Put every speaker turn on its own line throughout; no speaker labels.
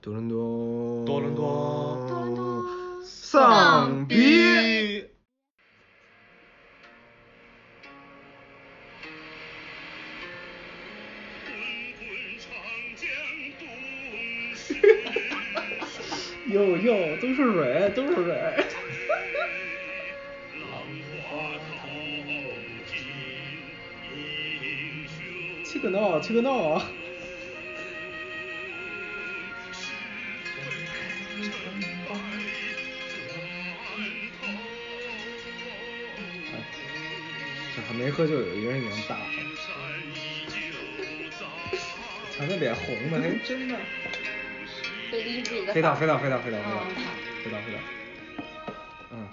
多伦多，
多伦多
多伦多
丧逼。
滚滚长江东逝，
哟哟，都是水，都是 水。
浪花淘尽英雄。
切个闹，切个闹啊！这嗯还没喝酒，有一个人已经大了。 瞧那脸红的，还真的。
被一自己的
飞到
嗓
飞到飞到飞到飞到
嗯
飞到飞到。嗯，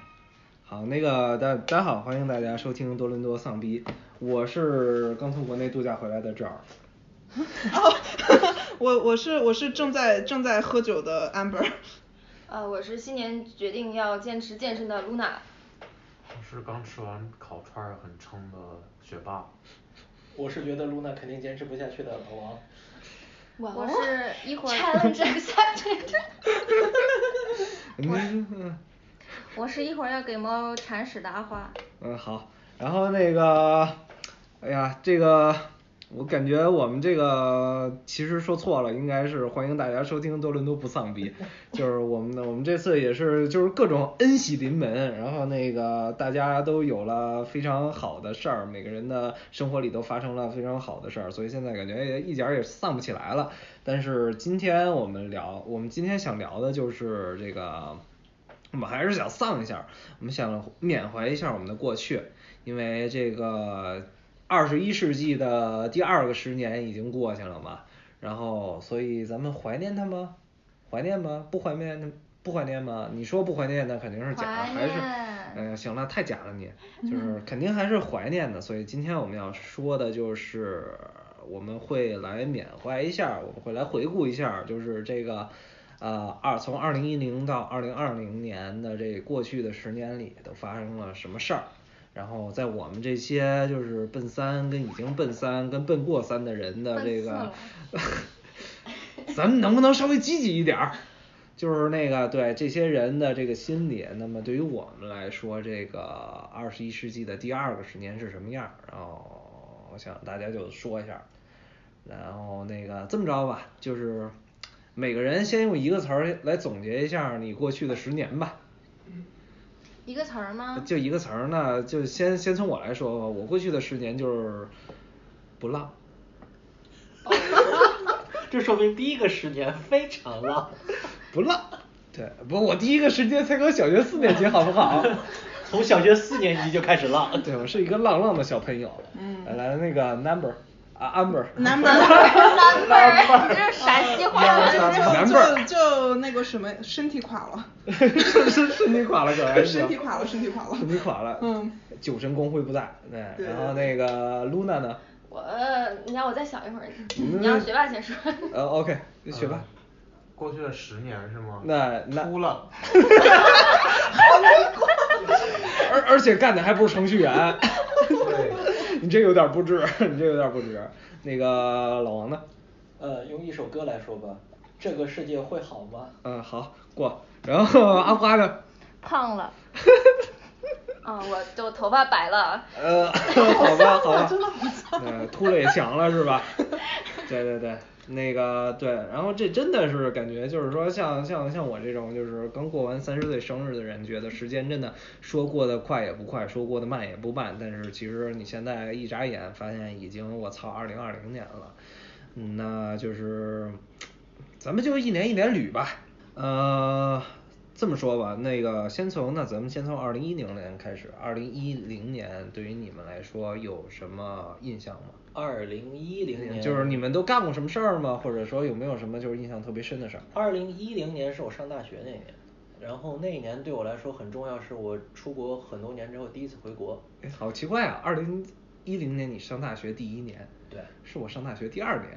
好，那个大大家好，欢迎大家收听多伦多丧逼，我是刚从国内度假回来的赵儿。
哦， 我我是我是正在正在喝酒的 Amber，
呃，我是新年决定要坚持健身的 Luna。
我是刚吃完烤串儿很撑的学霸，
我是觉得露娜肯定坚持不下去的老王。
我是一会儿
challenge 一下这个。
嗯嗯
我是一会儿要给猫铲屎的阿花。
嗯好，然后那个，哎呀，这个我感觉我们这个其实说错了，应该是欢迎大家收听多伦多不丧逼，就是我们的我们这次也是就是各种恩喜临门，然后那个大家都有了非常好的事儿，每个人的生活里都发生了非常好的事儿，所以现在感觉也一点儿也丧不起来了。但是今天我们聊，我们今天想聊的就是这个。我们还是想丧一下儿，我们想缅怀一下儿我们的过去，因为这个二十一世纪的第二个十年已经过去了嘛，然后所以咱们怀念他吗？怀念吗？不怀念他，不怀念吗？你说不怀念那肯定是假的，还
怀
是
念
哎呀，行了，太假了你，
嗯
就是肯定还是怀念的，所以今天我们要说的就是我们会来缅怀一下，我们会来回顾一下，就是这个呃二从二零一零到二零二零年的这过去的十年里都发生了什么事儿。然后在我们这些就是奔三跟已经奔三跟奔过三的人的
奔
这
四
个
了，
咱们能不能稍微积极一点儿？就是那个对这些人的这个心理，那么对于我们来说，这个二十一世纪的第二个十年是什么样儿？然后我想大家就说一下儿，然后那个这么着吧，就是每个人先用一个词儿来总结一下儿你过去的十年吧。
一个词儿吗？
就一个词儿呢，就先先从我来说吧。我过去的十年就是不浪，
这说明第一个十年非常浪，
不浪。对，不，我第一个时间才刚小学四年级，好不好？
从小学四年级就开始浪。
对，我是一个浪浪的小朋友。嗯，来那个 number 啊 amber。
number，你这是陕西话吗？
南
然
辈儿
后就就那个什么身体垮了，
身身身体垮了，可还是
身体垮了身体垮了
身体垮了，
嗯，
九神功恢复大，对，
对
然后那个 Luna 呢，
我，
呃
你让我再想一会儿，你让学霸先说。
呃，OK，学 霸，
过去的十年是吗？
那那
秃了，
而而且干的还不是程序员，
对
你这有点不值，你这有点不值。那个老王呢？
呃，用一首歌来说吧，这个世界会好吗？
嗯，好过。然后阿花呢？
胖了。哦
啊，我就头发白了。
呃， 好吧，好吧，呃，秃了也强了是吧？对对对，那个对，然后这真的是感觉就是说像，像像我这种就是刚过完三十岁生日的人，觉得时间真的说过得快也不快，说过得慢也不慢，但是其实你现在一眨眼发现已经我操二零二零年了，嗯，那就是咱们就一年一年捋吧，呃。这么说吧，那个先从那咱们先从二零一零年开始，二零一零年对于你们来说有什么印象吗？
二零一零年
就是你们都干过什么事儿吗？或者说有没有什么就是印象特别深的事儿？
二零一零年是我上大学那年，然后那一年对我来说很重要，是我出国很多年之后第一次回国。
哎，好奇怪啊！二零一零年你上大学第一年，
对
是我上大学第二年。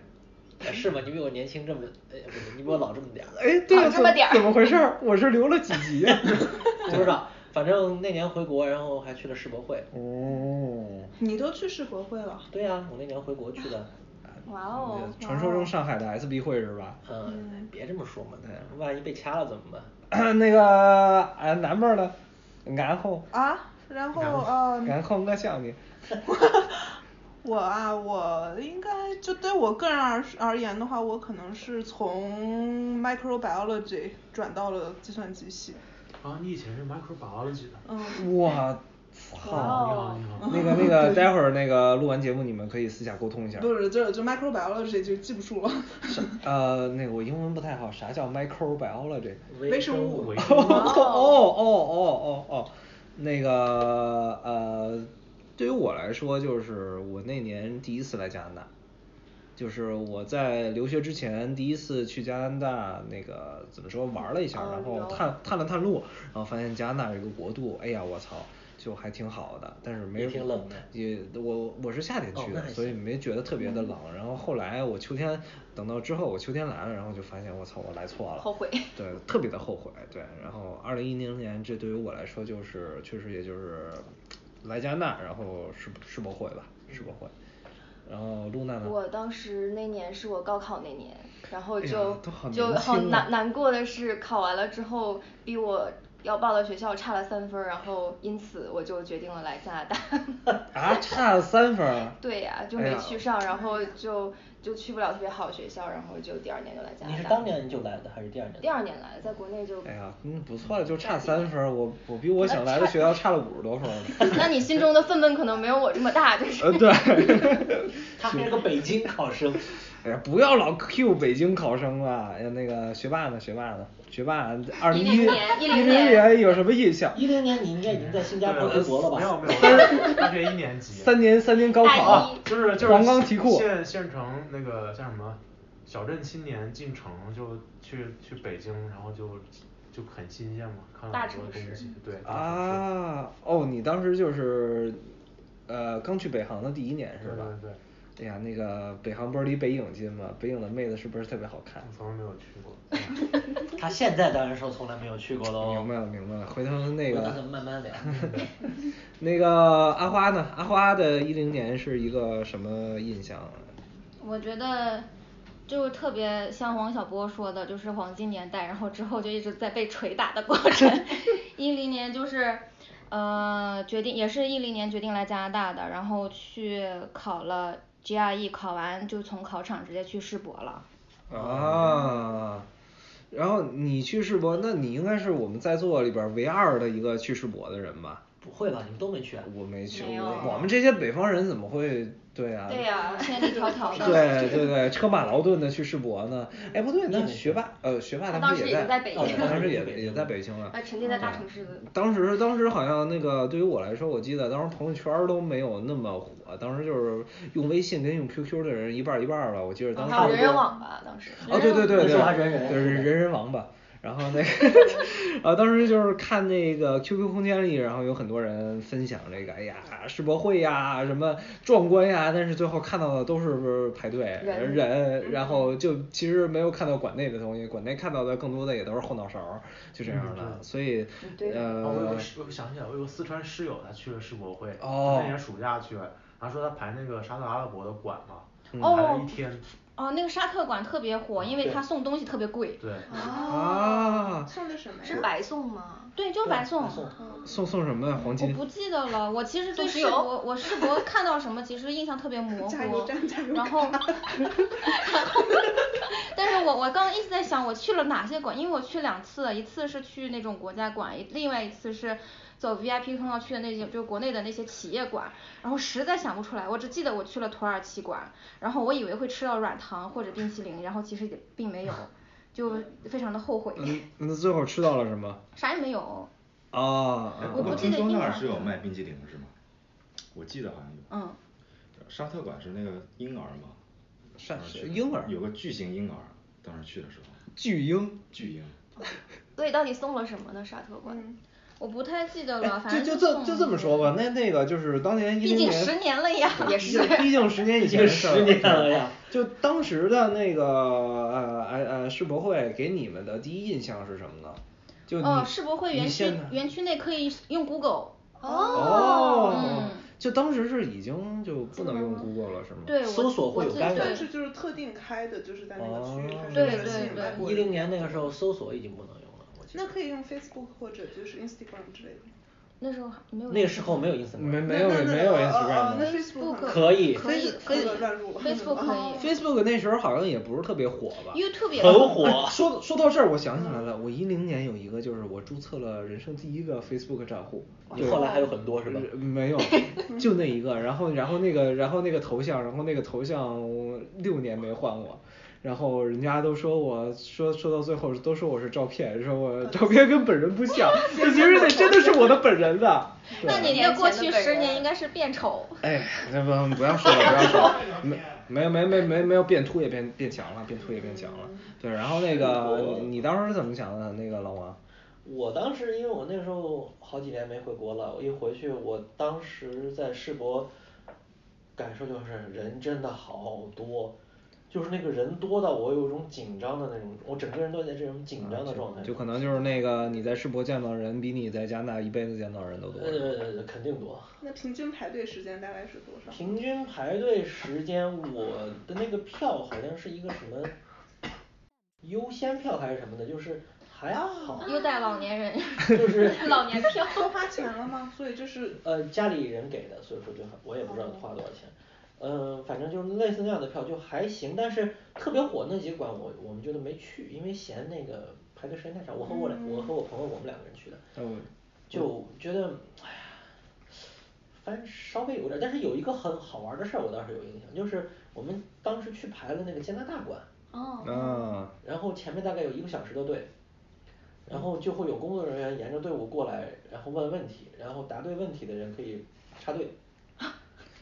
哎是吗？你比我年轻这么，哎，不是，你比我老这么点儿。
哎，对啊，
啊这
怎
么点儿
怎么回事 儿？我是留了几级？啊
不知道，反正那年回国，然后还去了世博会。
哦，
你都去世博会了，
对呀、我那年回国去的。
哇哦
嗯传说中上海
哦
的 SB 会是吧？
嗯，别这么说嘛，万一被掐了怎么办？
那个俺南边儿呢，然后
啊，然后
嗯
呃，
然后我想你，
我啊，我应该就对我个人而而言的话，我可能是从 microbiology 转到了计算机系。
啊，你以前是 microbiology 的。
嗯，
我
哇
操
哦！
那个那个，待会儿那个录完节目你们可以私下沟通一下。
不是，就就 microbiology 就记不住了。
呃，那个我英文不太好，啥叫 microbiology？
微生物
物
微
哦哦哦哦哦，那个呃，对于我来说，就是我那年第一次来加拿大，就是我在留学之前第一次去加拿大，那个怎么说玩了一下，
哦
然后探探了探路，然后发现加拿大这个国度，哎呀我操，就还挺好的，但是没
也挺冷的
也我我是夏天
哦
去
那
的，
还
所以
行嗯
没觉得特别的冷。然后后来我秋天等到之后我秋天来了，然后就发现我操我来错了，
后悔
对，特别的后悔，对。然后二零一零年，这对于我来说就是，确实也就是来加拿大，然后世世博会吧，世博会。然后露娜呢？
我当时那年是我高考那年，然后
嗯哎呀
就、
都好
就
年
好
轻啊
难难过的是，考完了之后比我要报的学校差了三分儿，然后因此我就决定了来加拿大。
啊，差了三分儿。
对呀、就
哎
没
呀
去上，然后就就去不了特别好的学校，然后就第二年就来加拿
你
大。
是当年就来的还是第二年？
第二年来，在国内就。
哎呀，嗯，不错，就差三分儿，我我比我想来的学校差了五十多分儿呢。
那你心中的愤懑可能没有我这么大，就
呃，
是。
对。
他还是个北京考生。
哎呀，不要老 Q 北京考生了。哎呀，那个学霸呢？学霸呢？学霸，二零
10年
一
10年
年有什么印象？
一零年你应该已经在新加坡读博了吧？
没有没有，大大学一年级。
三年三年高考
大
啊
一，
就是就是
黄冈题库。
县县城那个叫什么，小镇青年进城就去去北京，然后就就很新鲜嘛，看了
大
很多
城
东
市
西，对，大
啊，哦，你当时就是，呃，刚去北航的第一年
城市，
是
对
吧？
对对，
哎呀，那个北航不是离北影近吗？北影的妹子是不是特别好看
我？从来没有去 过。
他现在当然说从来没有去过
哦
喽。
明白了，明白了，回头那
我打
个
算，慢慢聊。
那个阿花呢？阿花的一零年是一个什么印象？啊
我觉得就特别像王小波说的，就是黄金年代，然后之后就一直在被捶打的过 程。一零年就是呃决定，也是一零年决定来加拿大的，然后去考了 GRE，考完就从考场直接去世博了。
啊，然后你去世博，那你应该是我们在座里边儿唯二的一个去世博的人吧？
不会吧？你们都没去啊？
我没去，
没
我我们这些北方人怎么会对啊？
对呀、
千里迢迢的。
对对对，车马劳顿的去世博呢？哎，不对，那学霸呃学霸
他
当
当
时
时
也
已经在 北
哦
京
他当时
了
也也在北京了
啊，。沉淀在大城市的。
当时当时好像那个对于我来说，我记得当时朋友圈儿都没有那么火，当时就是用微信跟用 QQ 的人一半儿一半儿吧，我记得啊当时。
还有人人网吧，当时。
哦，对对对
那
对，
时候还人人
就是
是吧
人人王吧。然后那个，啊，当时就是看那个 QQ 空间里，然后有很多人分享这个，哎呀，世博会呀，什么壮观呀，但是最后看到的都是排队
人
人，然后就其实没有看到馆内的东西，馆内看到的更多的也都是后脑勺儿，就这样的，所以
对
呃，
哦，我有个室我想起来，我有个四川室友，他去了世博会，他
哦
那年暑假去，然后说他排那个沙特阿拉伯的馆嘛，
哦
排了一天，
哦，那个沙特馆特别火，因为
对
他送东西特别贵。
对，
啊
送的什么呀？
是白送吗？
对，就白送。
送送什么呀？黄
我
金
不记得了，我其实对
石
世
油
博，我世博看到什么其实印象特别模糊
加油站加，油
然后，然后， 但是我我刚刚一直在想我去了哪些馆，因为我去两次，一次是去那种国家馆，另外一次是走 VIP 通道去的那些就国内的那些企业馆，然后实在想不出来，我只记得我去了土耳其馆，然后我以为会吃到软糖或者冰淇淋，然后其实也并没有，就非常的后悔，
嗯，那最后吃到了什么？
啥也没有，
啊，
哎
啊
我不记
听
得
说
印
那儿
象
是有卖冰激凌是吗？我记得好像有。
嗯。
沙特馆是那个婴儿嘛，
沙
当时去的
婴儿
有个巨型婴儿，当时去的时候，
巨婴。
巨婴。
所以到底送了什么呢？沙特馆。
我不太记得了，
哎，
反
就
正
就
送
这就这么说吧，那那个就是当年一
毕
零
竟
年，
十 年了呀
对
也
毕
是
竟 毕竟十年以前的事儿
十年了呀。
就当时的那个呃呃呃世博会给你们的第一印象是什么呢？就你
哦，世博会
你
园区
现在
园区内可以用 Google。
哦
嗯，
就当时是已经就不
不
能
能
用
吗
Google 了是吗？
对，
嗯
我
搜索会
我
有
自己
干扰
但
对
是就是特定开的，就是在那个区域，
哦
它是
对
为了
对
吸引
对
外国
一
人。
零年那个时候搜索已经不能用了，我记得
那可以用 Facebook 或者就是 Instagram 之类的。
那时候还没有
那个时候没有
没
Instagram，
没有
那那
没有
那哦
Instagram
哦那
的。
Facebook 可
可以
可以
Facebook-
可以
Facebook 乱入了哦
Facebook 可以
Facebook 那时候好像也不是特别火吧？
YouTube 也
很火
哎。说说到这儿，我想起来了，我一零年有一个，就是我注册了人生第一个 Facebook 账户，
你后来还有很多是吧？
呃没有，就那一个。然后，然后那个，然后那个头像，然后那个头像六年没换过。然后人家都说我说说到最后都说我是照片，说我照片跟本人不像，我觉得那真的是我的本人的。对
啊
那你的过去十年应该是变丑。
哎，那不不要说了，不要说了，没没有没没没没有变秃也变变强了，变秃也变强了。对，然后那个你当时是怎么想的？那个老王，
我当时因为我那时候好几年没回国了，我一回去，我当时在世博感受就是人真的好多，就是那个人多到我有一种紧张的那种，我整个人都在这种紧张的状态中。
啊就可能就是那个你在世博见到的人比你在加拿大一辈子见到的人都多。
呃，肯定多。
那平均排队时间大概是多少？
平均排队时间，我的那个票好像是一个什么优先票还是什么的，就是还好，
优待老年人，
就是
老年票。
都花钱了吗？所以就是
呃，家里人给的，所以说就很我也不知道花多少钱。嗯，反正就是类似那样的票就还行，但是特别火那几馆我我们觉得没去，因为嫌那个排队时间太长。我和我俩，我和我朋友我们两个人去的，
嗯
就觉得哎呀，反正稍微有点儿，但是有一个很好玩儿的事儿我倒是有印象，就是我们当时去排了那个加拿大馆，
啊，
然后前面大概有一个小时的队，然后就会有工作人员沿着队伍过来，然后问问题，然后答对问题的人可以插队。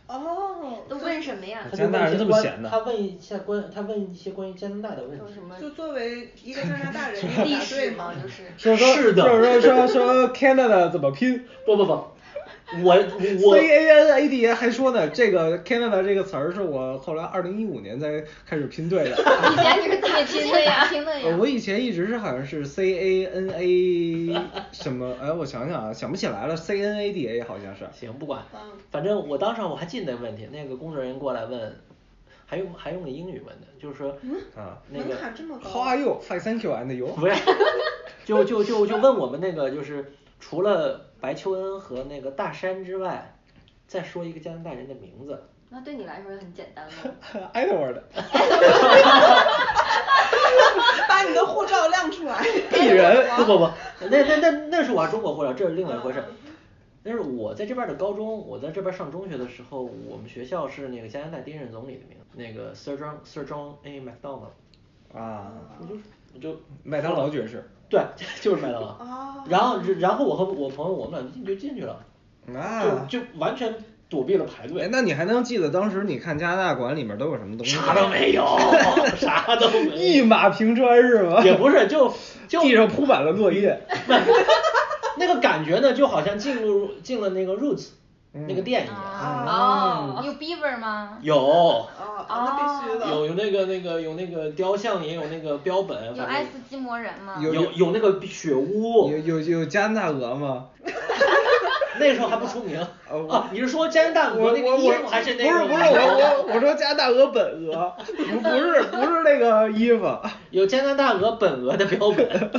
哦，
都问什么呀？
他
加
就
拿大
问一
人
些
这么
关
闲的
他问一下关，他问一些关于加拿大的问
都
题
什。么
就作为一个加拿大人，你
历
答对
史
吗
嘛，？就是。
说说
是的
说说说说 Canada 怎么拼
不 不不，我我
C A N A D A 还说呢，这个 Canada 这个词儿是我后来二零一五年才开始拼对的。
以前你是自己拼的 呀，拼的
呃
呀。
我以前一直是好像是 C A N A 什么，哎，我想想啊，想不起来了，C N A D A 好像是。
行不管
嗯，
反正我当时我还记得那个问题，那个工作人员过来问，还用还用的英语问的，就是说
啊
那个
嗯门槛这么高
How are you? Fine, thank you, and you?
不是，就就就就问我们那个就是除了白求恩和那个大山之外，再说一个加拿大人的名字。
那对你来说很简单 了。
Edward，
把你的护照亮出来。
鄙人不不不，那那那那是我中国护照，这是另外一回事儿。但是我在这边儿的高中，我在这边儿上中学的时候，我们学校是那个加拿大第一任总理的名字，那个 Sir John Sir John A Macdonald，
啊，
我就我就
麦当劳爵士。
对， 就是麦当
哦
劳。然后然后我和我朋友我们俩进就进去了，
啊
就就完全躲避了排
哎
队，。
那你还能记得当时你看加拿大馆里面都有什么东西？
啥都没 有，啥都没
一
有，
马平川是吗？
也不是就就
地上铺满了落叶。
那个感觉呢，就好像进入进了那个 Roots
嗯
那个店一样，
哦，有 Bieber 吗？
嗯有
哦，那必须的。
有有那个那个有那个雕像，也有那个标本，
有
反
爱
正
斯基摩人吗？
有
有有那个雪
有
屋，
有有加拿大鹅吗？
那时候还不出名
哦
啊。你是说加拿大
我
鹅
我
那个衣服
我
还是那
不
个？
是不是我我我说加拿大鹅本鹅，不不是不是那个衣服。
有加拿大鹅本鹅的标 本，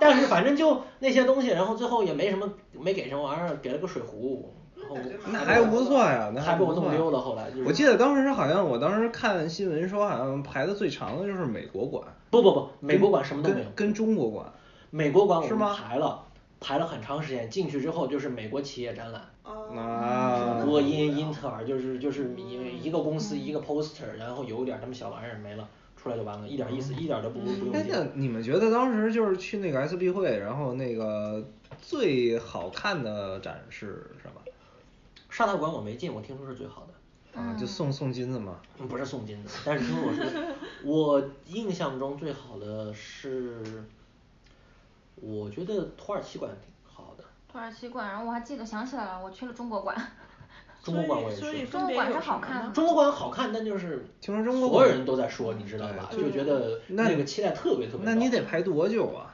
但是反正就那些东西，然后最后也没什么，没给什么玩意儿，给了个水壶，然后
那还不错呀，那
还
不
被
错
我
呀
弄丢了。后来就是
我记得当时好像我当时看新闻说，好像排的最长的就是美国馆，
不不不，美国馆什么都
跟
没有，
跟中国馆。
美国馆我
是
们
吗
排了排了很长时间，进去之后就是美国企业展览。
哦
啊，
波音、英特尔就是就是一一个公司一个 poster，然后有点他们小玩意儿没了，出来就完了，一点意思一点都不不用
哎，那
劲。
你们觉得当时就是去那个 SB 会，然后那个最好看的展示是什么？
沙特馆我没进，我听说是最好的。
啊，就送送金子嘛。
嗯不是宋金的，但是听说我 是，我印象中最好的是，我觉得土耳其馆挺好的，
土耳其馆，然后我还记得想起来了，我去了中国馆。
中国馆我也
所以
去。
分别有什么呢？
中国馆好看，但就是
听说中国
所有
馆
人都在说，你知道吧？就觉得
那
那个期待特别特别
那你
高
得排多久啊？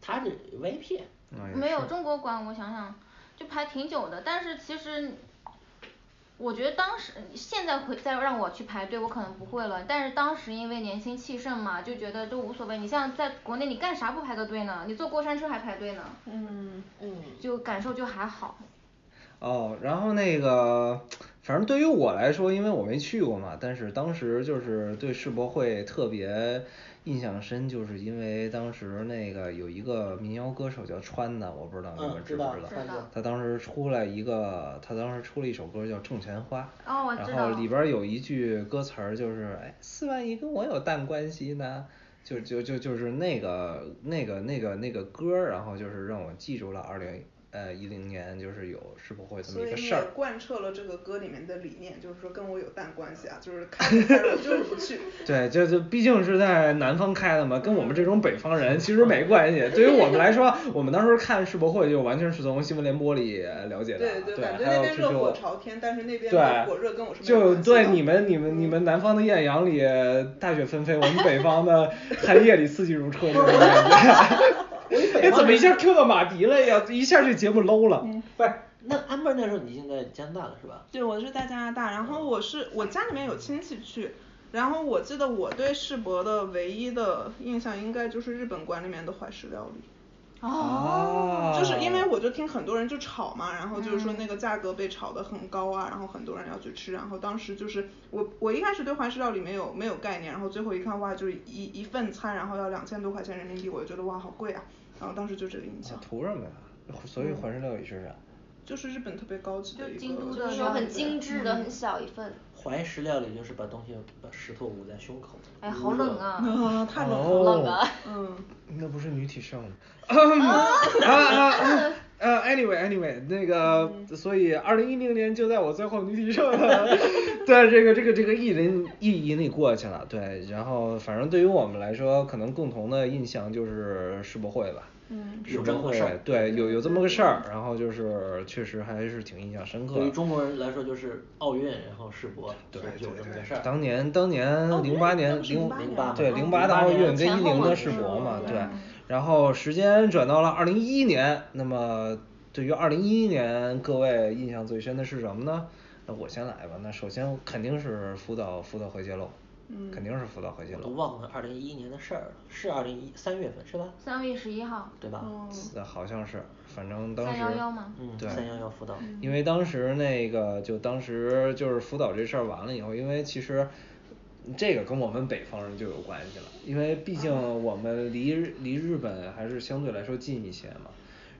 他是 VIP，
哎呀
没有中国馆，我想想，就排挺久的。但是其实我觉得当时现在回再让我去排队，我可能不会了。但是当时因为年轻气盛嘛，就觉得都无所谓。你像在国内，你干啥不排个队呢？你坐过山车还排队呢，
嗯，
嗯，
就感受就还好。
哦，然后那个，反正对于我来说，因为我没去过嘛，但是当时就是对世博会特别印象深，就是因为当时那个有一个民谣歌手叫川的，我不知道你
嗯
们
知
不
道
知道
川哥，
他当时出来一个，他当时出了一首歌叫《挣钱花》，
哦我知
然
道
后里边儿有一句歌词儿就是，哎，四万亿跟我有蛋关系呢。就就就就是那个那个那个那个歌儿，然后就是让我记住了二零呃一零年就是有世博会这么
所
一
以
个
你
事
也
儿。
贯彻了这个歌里面的理念，就是说跟我有蛋关系啊，就是开着开着我就是不去。
对，这这毕竟是在南方开的嘛，跟我们这种北方人其实没
嗯
关系。对于我们来 说，我们当时看世博会就完全是从新闻联播里 了解的，对，
对感觉
还
那
有
边
这
热
就
火朝天，但是那边
对
的火热跟我是没有
就
关系啊
对
的嗯
你们你们你们南方的艳阳里大雪纷飞，我们北方的寒夜里四季如春那种感 觉。哎，怎么一下 Q 到马迪了呀？一下这节目 low 了。
不是，那安倍那时候你已经在加拿大了是吧？
对，我是在加拿大，然后我是我家里面有亲戚去，然后我记得我对世博的唯一的印象应该就是日本馆里面的怀石料理。
哦
就是因为我就听很多人就炒嘛，然后就是说那个价格被炒得很高啊，然后很多人要去吃，然后当时就是我我一开始对怀石料理没有没有概念，然后最后一看哇，就是一一份餐然后要两千多块钱人民币，我就觉得哇好贵啊，然后当时就这个印象
啊，图什么呀？所
嗯
以怀石料理是啥？
就是日本特别高级的一个，
京都
就
的
是
那
料
种
说
理
很精致的，很小一份。
怀石料理就是把东西把石头捂在胸口，
嗯
哎，好冷啊！
啊太冷了，
哦，
嗯，
那不是女体盛吗？啊啊啊！呃，anyway anyway，那个，所以二零一零年就在我最后女体盛的 对这个这个这个意淫意淫里过去了，对，然后反正对于我们来说，可能共同的印象就是世博会吧，
嗯
世
有
博
这么个事
会
儿，
对，有有这么个事儿，然后就是确实还是挺印象深刻的。
对于中国人来说就是奥运，然后世博，
对
就有这么个事儿。
当年当年
哦
零八
那
年
不是
零
08
年
对
吗
零
嗯
八的
08
奥运
年
跟
前
一
后
零
嘛
的
就
世
是
博嘛，
对
对。然后时间转到了二零一一年，那么对于二零一一年各位印象最深的是什么呢？那我先来吧，那首先肯定是福岛福岛核泄漏，
嗯
肯定是福岛核泄
我都
漏。
忘了二零一一年的事儿了，是二零一三月份是吧？
三月十一号，
对吧？
哦
那好像是，反正当时
311吗
嗯，
对，
三幺幺辅导，
因为当时那个就当时就是辅导这事儿完了以后，因为其实这个跟我们北方人就有关系了，因为毕竟我们离日离日本还是相对来说近一些嘛。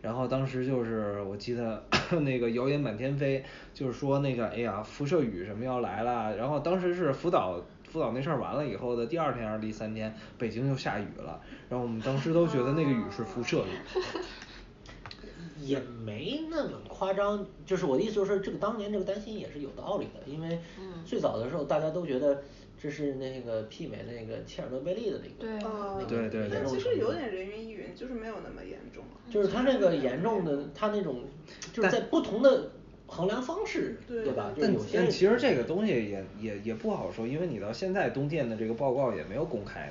然后当时就是我记得 那个谣言满天飞，就是说那个哎呀辐射雨什么要来了，然后当时是福岛福岛那事儿完了以后的第二天还是第三天，北京就下雨了，然后我们当时都觉得那个雨是辐射雨。
也没那么夸张。就是我的意思，就是这个当年这个担心也是有道理的，因为最早的时候大家都觉得这是那个媲美那个切尔诺贝利的那个，
对
哦
对对
但
对
其实有点人云亦云，就是没有那么严重了。
就是它那个严重的，它那种就是在不同的衡量方式，
对
对吧？就是
但
有些
但
人
其实这个东西也也也不好说，因为你到现在东电的这个报告也没有公开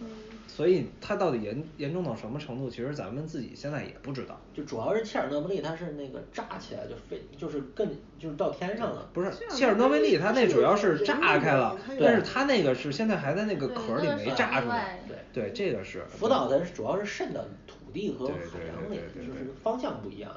呢，所以它到底严严重到什么程度，其实咱们自己现在也不知道。
就主要是切尔诺贝利，它是那个炸起来就飞，就是更就是到天上了。
不是
这样
切尔诺贝利，它那主要是炸开了
它，有
但是它那个是现在还在那个
对
壳里
那个
没
是
炸
意
出来
外。
对，这个是
福岛它是主要是渗到土地和
对
海
对
洋
对
里
对，对
就
对
是方向不一样。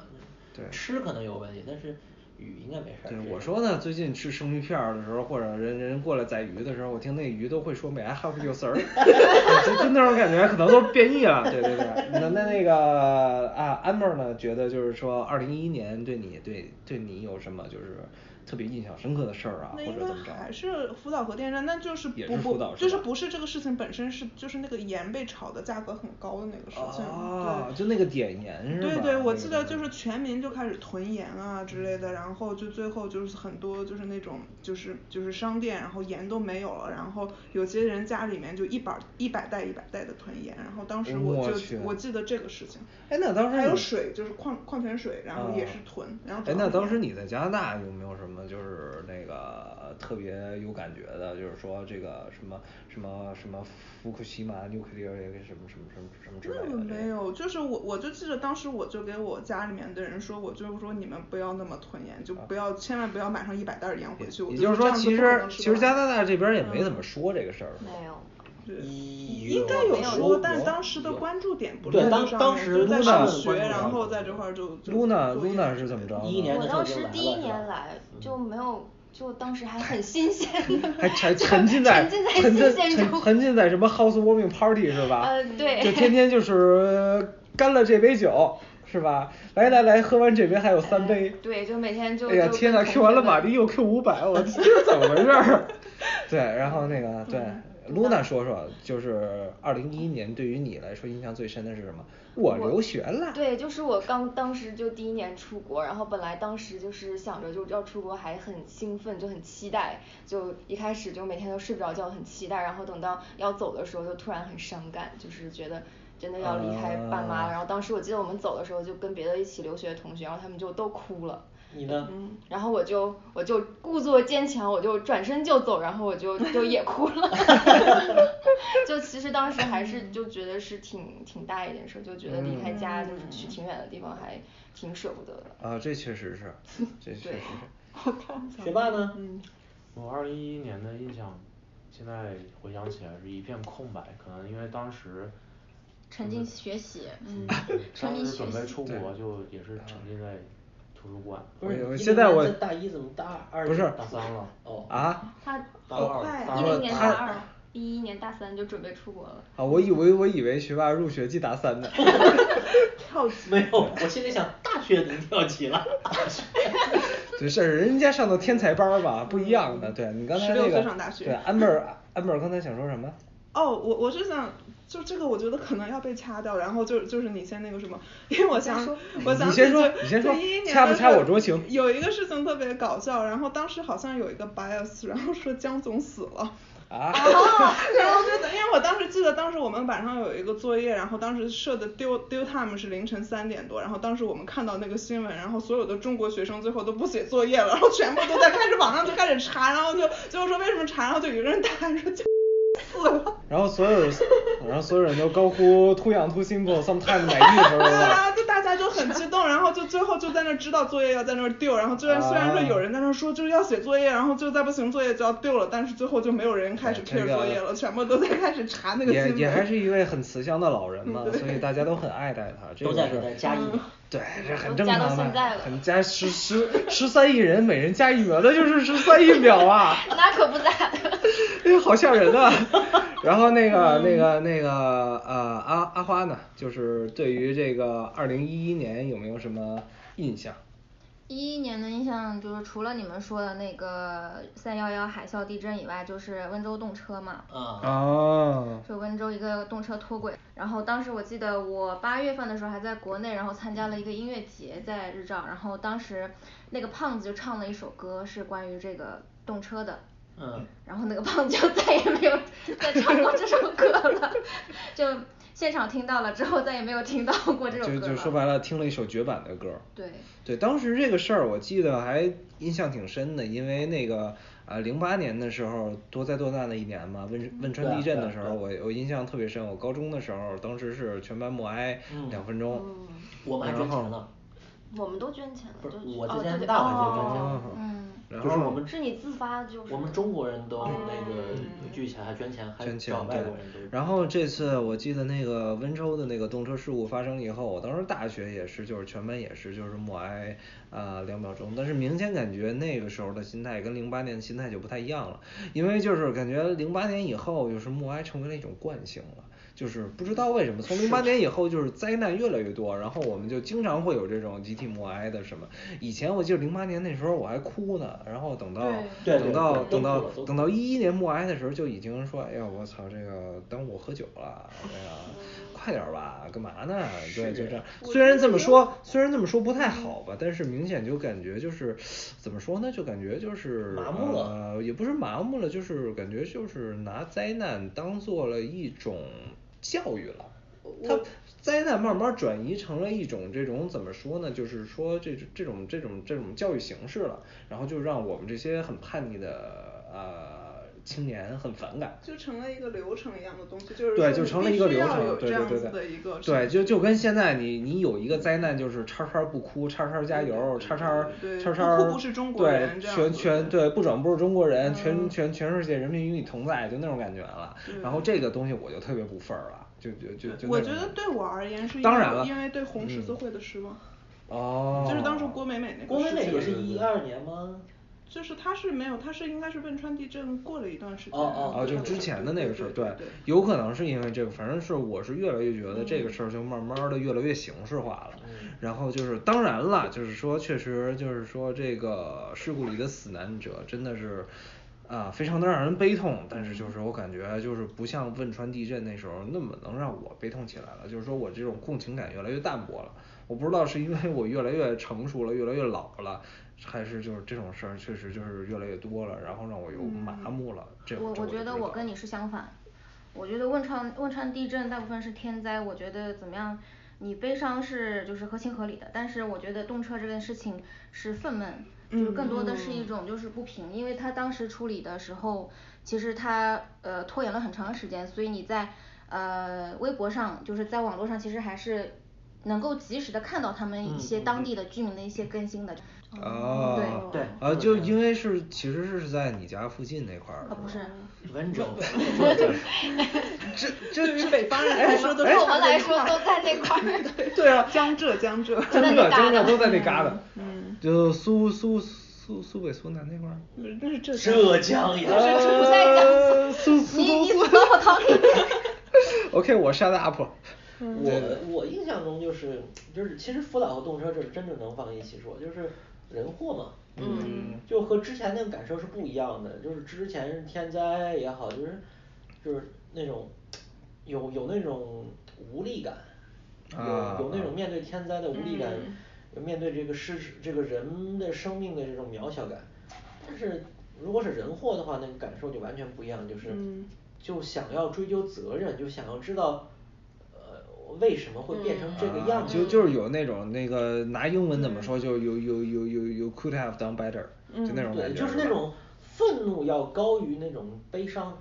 对
吃可能有问题，但是雨应该没事儿。
对
这，个
我说呢，最近吃生鱼片儿的时候，或者人人过来宰鱼的时候，我听那鱼都会说 “May I help you, sir”，就就那种感觉，可能都变异了。对对对，那那那个啊，安妹儿呢，觉得就是说，二零一一年对你对对你有什么就是特别印象深刻的事儿啊，
那
或
应
者
该
怎么着？
还是福岛核电站，但就是
也
不
是福岛
不
是
就是
吧
不是这个事情本身是就是那个盐被炒的价格很高的那个事情。
哦，
对
就那个碘盐是吧？
对对，
那
我
个
记得
东
就是
西
全民就开始囤盐啊之类的，然后就最后就是很多就是那种就是就是商店，然后盐都没有了，然后有些人家里面就一百一百袋一百袋的囤盐，然后当时
我
我
去
就我记得这个事情。
哎那当时
还有
你
水就是矿矿泉水，然后也是囤，然后
哎，
主要
那
是
当
盐
时你在加拿大有没有什么么就是那个特别有感觉的，就是说这个什么什么什么福克西马 nuclear 什么什么什么什么之类的哎
那
这
个
个。
嗯没有，就是我我就记得当时我就给我家里面的人说，我就说你们不要那么囤盐，就不要、千万不要买上一百袋儿盐回去。我
啊也
就
就是
这
说，
样
其
子不可
实
能吃嗯
其实
完
加拿大这边也没怎么说这个事儿，是吧
没有，
对
应
应该有说，但
有
当时的关注点不
对
在这
当
上
当
面
时
就是在
Luna
上
的
学，
关注
然
点
后在这块儿就就
，Luna
做
Luna 是怎么着呢？
一年
我
那
当
时候
时
就
第
来了
一
是
年
吧
来就没有，就当时还很新鲜的，
还沉
就
沉浸在
沉
沉
浸在
浸
新鲜
沉
中。
沉浸在什么 housewarming party 是吧？
呃对
就天天就是干了这杯酒是吧？来来来，喝完这杯还有三杯。
呃对，就每天就
哎呀
就
天
跟
呐
同
，Q 完
学
了
们
马丽又 Q 五百，我这是怎么回事 儿？对，然后那
嗯
个对，Luna 说说，就是二零一一年对于你来说印象最深的是什么？我留学了。
对，就是我刚当时就第一年出国，然后本来当时就是想着就要出国，还很兴奋，就很期待，就一开始就每天都睡不着觉，很期待，然后等到要走的时候就突然很伤感，就是觉得。真的要离开爸妈了，
啊
然后当时我记得我们走的时候，就跟别的一起留学的同学，然后他们就都哭了。
你呢？
嗯
嗯然后我就我就故作坚强，我就转身就走，然后我就就也哭了。 就其实当时还是就觉得是挺挺大一件事，就觉得离开家就是去挺远的地方，还挺舍不得的。
啊，这确实 是，这确实是。
学霸呢？
嗯
我二零一一年的印象，现在回想起来是一片空白，可能因为当时
沉浸学习，嗯，沉
当
浸
时
学
准备
习。
出国就也是沉浸在图书馆。
不是，
我
你
现在我
大一怎么大二？
不是
大三了
哦，
啊
他
大二
哦快
大
一
二
零年
他
大二，一一年大三就准备出国了。
啊！我以为我以为学霸入学即大三 呢。
跳级。
没有，我心里想大学你跳级了，大学
对，是人家上的天才班儿吧，不一样的。对你刚才
16
那个
岁上大，学
对安倍儿，安倍儿刚才想说什么？
哦，我我是想，就这个我觉得可能要被掐掉，然后就就是你先那个什么，因为我想我想
你先
起
说
就
你先说
就一一年
掐不
的时
掐
候
我酌情
有一个事情特别搞笑，然后当时好像有一个 bias，然后说江总死了。
啊，
然 后就等，因为我当时记得，当时我们晚上有一个作业，然后当时设的 due due time 是凌晨三点多，然后当时我们看到那个新闻，然后所有的中国学生最后都不写作业了，然后全部都在开始网上就开始查，然后就就说为什么查，然后就有一个人答案说就死了。
然后所有人，然后所有人都高呼 too young too simple sometime 买衣服是
对啊，
吧？
就大家就很激动，然后就最后就在那儿知道作业要在那儿丢，然后虽然
啊
虽然说有人在那儿说就是要写作业，然后就再不行作业就要丢了，但是最后就没有人开始
这
care
个
作业了，全部都在开始查那个新
也
闻。
也还是一位很慈祥的老 人嘛，所以大家都很爱戴他。这
都
个
在
是
给他加
嗯
一秒。
对，这很
都
正
加到
常
现在
的，
了
很加十十十三亿人，每人加一秒，那就是十三亿秒 啊！
那可不咋的。
哎呀，好吓人啊！然后那个、那个、那个，呃，阿阿花呢，就是对于这个二零一一年有没有什么印象？
一一年的印象就是除了你们说的那个三幺幺海啸地震以外，就是温州动车嘛，
啊，
哦，
是温州一个动车脱轨。然后当时我记得我八月份的时候还在国内，然后参加了一个音乐节在日照，然后当时那个胖子就唱了一首歌是关于这个动车的，
嗯，
然后那个胖子就再也没有再唱过这首歌了， 就现场听到了之后再也没有听到过这首
就
歌
就说白了，听了一首绝版的歌。
对。
对，当时这个事儿我记得还印象挺深的，因为那个呃零八年的时候多灾多难的一年嘛，汶
嗯
汶川地震的时
啊
候，我我印象特别深。我高中的时候，当时是全班默哀
嗯
两分
哦
钟，
我们还捐钱呢，
我们都捐钱了，
不是
就
我之
哦
前
对
大
哦
晚就捐钱
哦
了，
嗯
然
就是我
后
们
是你自发就是
我们中 国人都那个聚起来还捐钱，还
捐钱
找
对
外国人都。，
然后这次我记得那个温州的那个动车事故发生以后，我当时大学也是，就是全班也是，就是默哀啊两秒钟。但是明显感觉那个时候的心态跟零八年的心态就不太一样了，因为就是感觉零八年以后就是默哀成为了一种惯性了。就是不知道为什么，从零八年以后就是灾难越来越多，然后我们就经常会有这种集体默哀的什么。以前我记得零八年那时候我还哭呢，然后等到
对
等
对
到
对
等
都
到
哭了都
等到一一年默哀的时候就已经说，哎呀，我操，这个耽误我喝酒了，这个快点儿吧，干嘛呢？对，就这样。虽然这么说，虽然这么说不
嗯
太好吧，但是明显就感觉就是怎么说呢？就感觉就是
麻木了
呃，也不是麻木了，就是感觉就是拿灾难当做了一种教育了。他灾难慢慢转移成了一种这种怎么说呢，就是说这种这种这种这种教育形式了，然后就让我们这些很叛逆的呃青年很反感。
就成了一个流程一样的东西，就是
对，
说
就
你
成
必
了一
须
个流
要
程，
有
对
这
对
样
对
子
对，
的一个
对，就就跟现在你你有一个灾难就是叉叉不哭，叉叉加油，叉叉
对
叉
不
叉，
哭不是中国人
对，
这样
全
子
全
对
对不转不是中国人，全
嗯
全全世界人民与你同在，就那种感觉了。然后这个东西我就特别不忿儿了，就就就就那
我
种
觉得
感
对我而言是因
当
为
然了
因为对红十字
嗯
会的失望，
哦，
就是当时郭美美那个
郭美
事
美
情
也是一二年吗？
就是她是没有，她是应该是汶川地震过了一段时间，
哦哦
啊，
然后
就
对
是
对
之前的那个事儿，
对，
有可能是因为这个，反正是我是越来越觉得
嗯
这个事儿就慢慢的越来越形式化了。然后就是，当然了，就是说，确实就是说，这个事故里的死难者真的是。啊，非常的让人悲痛，但是就是我感觉就是不像汶川地震那时候那么能让我悲痛起来了，就是说我这种共情感越来越淡薄了。我不知道是因为我越来越成熟了，越来越老了，还是就是这种事儿确实就是越来越多了，然后让我又麻木了。这
嗯我
这
我
就
觉
不
得
知
我
道
跟你是相反，我觉得汶川汶川地震大部分是天灾，我觉得怎么样？你悲伤是就是合情合理的，但是我觉得动车这件事情是愤懑，就是更多的是一种就是不平，因为他当时处理的时候，其实他呃拖延了很长时间，所以你在呃微博上就是在网络上其实还是能够及时的看到他
嗯
们一些当地的居民的一些更新的。
哦，
对
啊，就因为是其实是在你家附近那块儿，
啊不是
吧，
温州，
这这
对于北方人来 哎说都
对
是
我们来说都在那块儿。
对啊，
江浙江浙，
江
那
浙
旮
江浙
旯
都在那旮瘩，
嗯，
就苏苏苏苏北苏南那块儿。
那是浙江。
浙江呀，
呃，苏苏
你
东
你
苏
死我逃离。
OK，我 shut up。嗯
我我印象中就是就是，其实福岛和动车这是真正能放一起说，就是人祸嘛。嗯，就和之前那个感受是不一样的，就是之前是天灾也好，就是就是那种有有那种无力感，
啊
有有那种面对天灾的无力感，有面对这个失这个人的生命的这种渺小感。但是如果是人祸的话，那个感受就完全不一样，就是、
嗯
就想要追究责任，就想要知道呃为什么会变成这个样
啊
子。嗯
就就是有那种那个拿英文怎么说，就有有有有有 could have done better，就那种
对，
感觉。
就是那
吧
种愤怒要高于那种悲伤，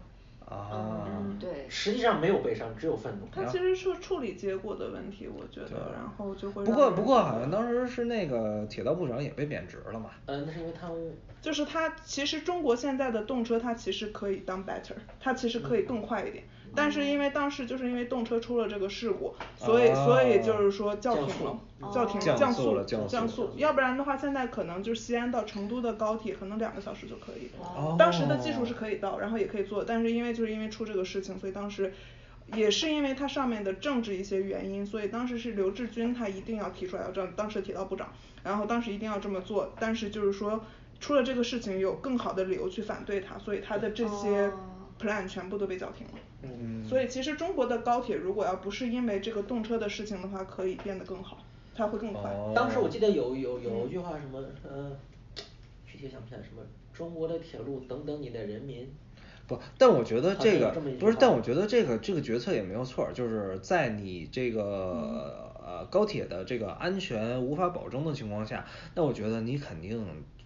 啊，
对，
实际上没有悲伤，只有愤怒。
它其实是处理结果的问题，我觉得，然后就会
不
让
过
人
不过好像当时是那个铁道部长也被贬职了嘛。
呃，那是因为贪污。
就是它其实中国现在的动车，它其实可以当 better，它其实可以更快一点。
嗯
但是因为当时就是因为动车出了这个事故，所以所以就是说叫停了，叫停
哦降
降
速了降速
降速，要不然的话现在可能就是西安到成都的高铁可能两个小时就可以。
哦
当时的技术是可以到，然后也可以做，但是因为就是因为出这个事情，所以当时。也是因为它上面的政治一些原因，所以当时是刘志军他一定要提出来要这样，当时铁道部长，然后当时一定要这么做，但是就是说出了这个事情有更好的理由去反对他，所以他的这些 plan 全部都被叫停了。嗯，所以其实中国的高铁如果要不是因为这个动车的事情的话，可以变得更好，它会更快。
哦
当时我记得有有有一句话什么，呃，具体想不起来什么，中国的铁路等等你的人民。
不，但我觉得
好
这
像有
个
这么一句
不是，
话
但我觉得这个这个决策也没有错儿，就是在你这个、呃高铁的这个安全无法保证的情况下，那我觉得你肯定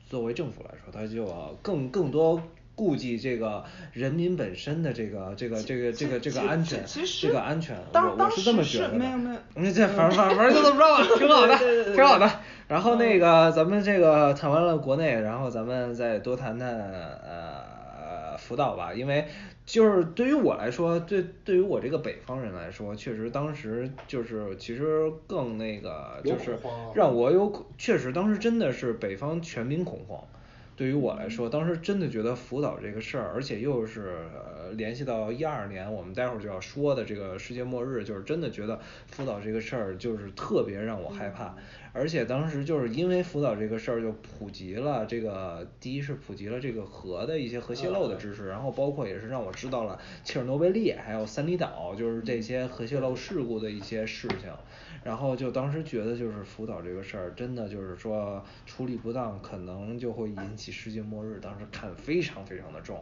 作为政府来说，它就要更更多。顾及这个人民本身的这个这个这个这个这个安全，
其实
这个安全，
当
我我
当
是
时
这么觉
是
得的。
没有没有
那这反正反正反正就这么着吧，挺好的，挺好的。然后那个咱们这个谈完了国内，然后咱们再多谈谈呃福岛吧，因为就是对于我来说，对对于我这个北方人来说，确实当时就是其实更那个
有
就是
恐慌啊
让我有确实当时真的是北方全民恐慌。对于我来说，当时真的觉得福岛这个事儿，而且又是呃联系到一二年我们待会儿就要说的这个世界末日，就是真的觉得福岛这个事儿就是特别让我害怕，而且当时就是因为福岛这个事儿就普及了这个，第一是普及了这个核的一些核泄漏的知识，然后包括也是让我知道了切尔诺贝利还有三里岛就是这些核泄漏事故的一些事情。然后就当时觉得就是福岛这个事儿，真的就是说处理不当，可能就会引起世界末日。当时看非常非常的重。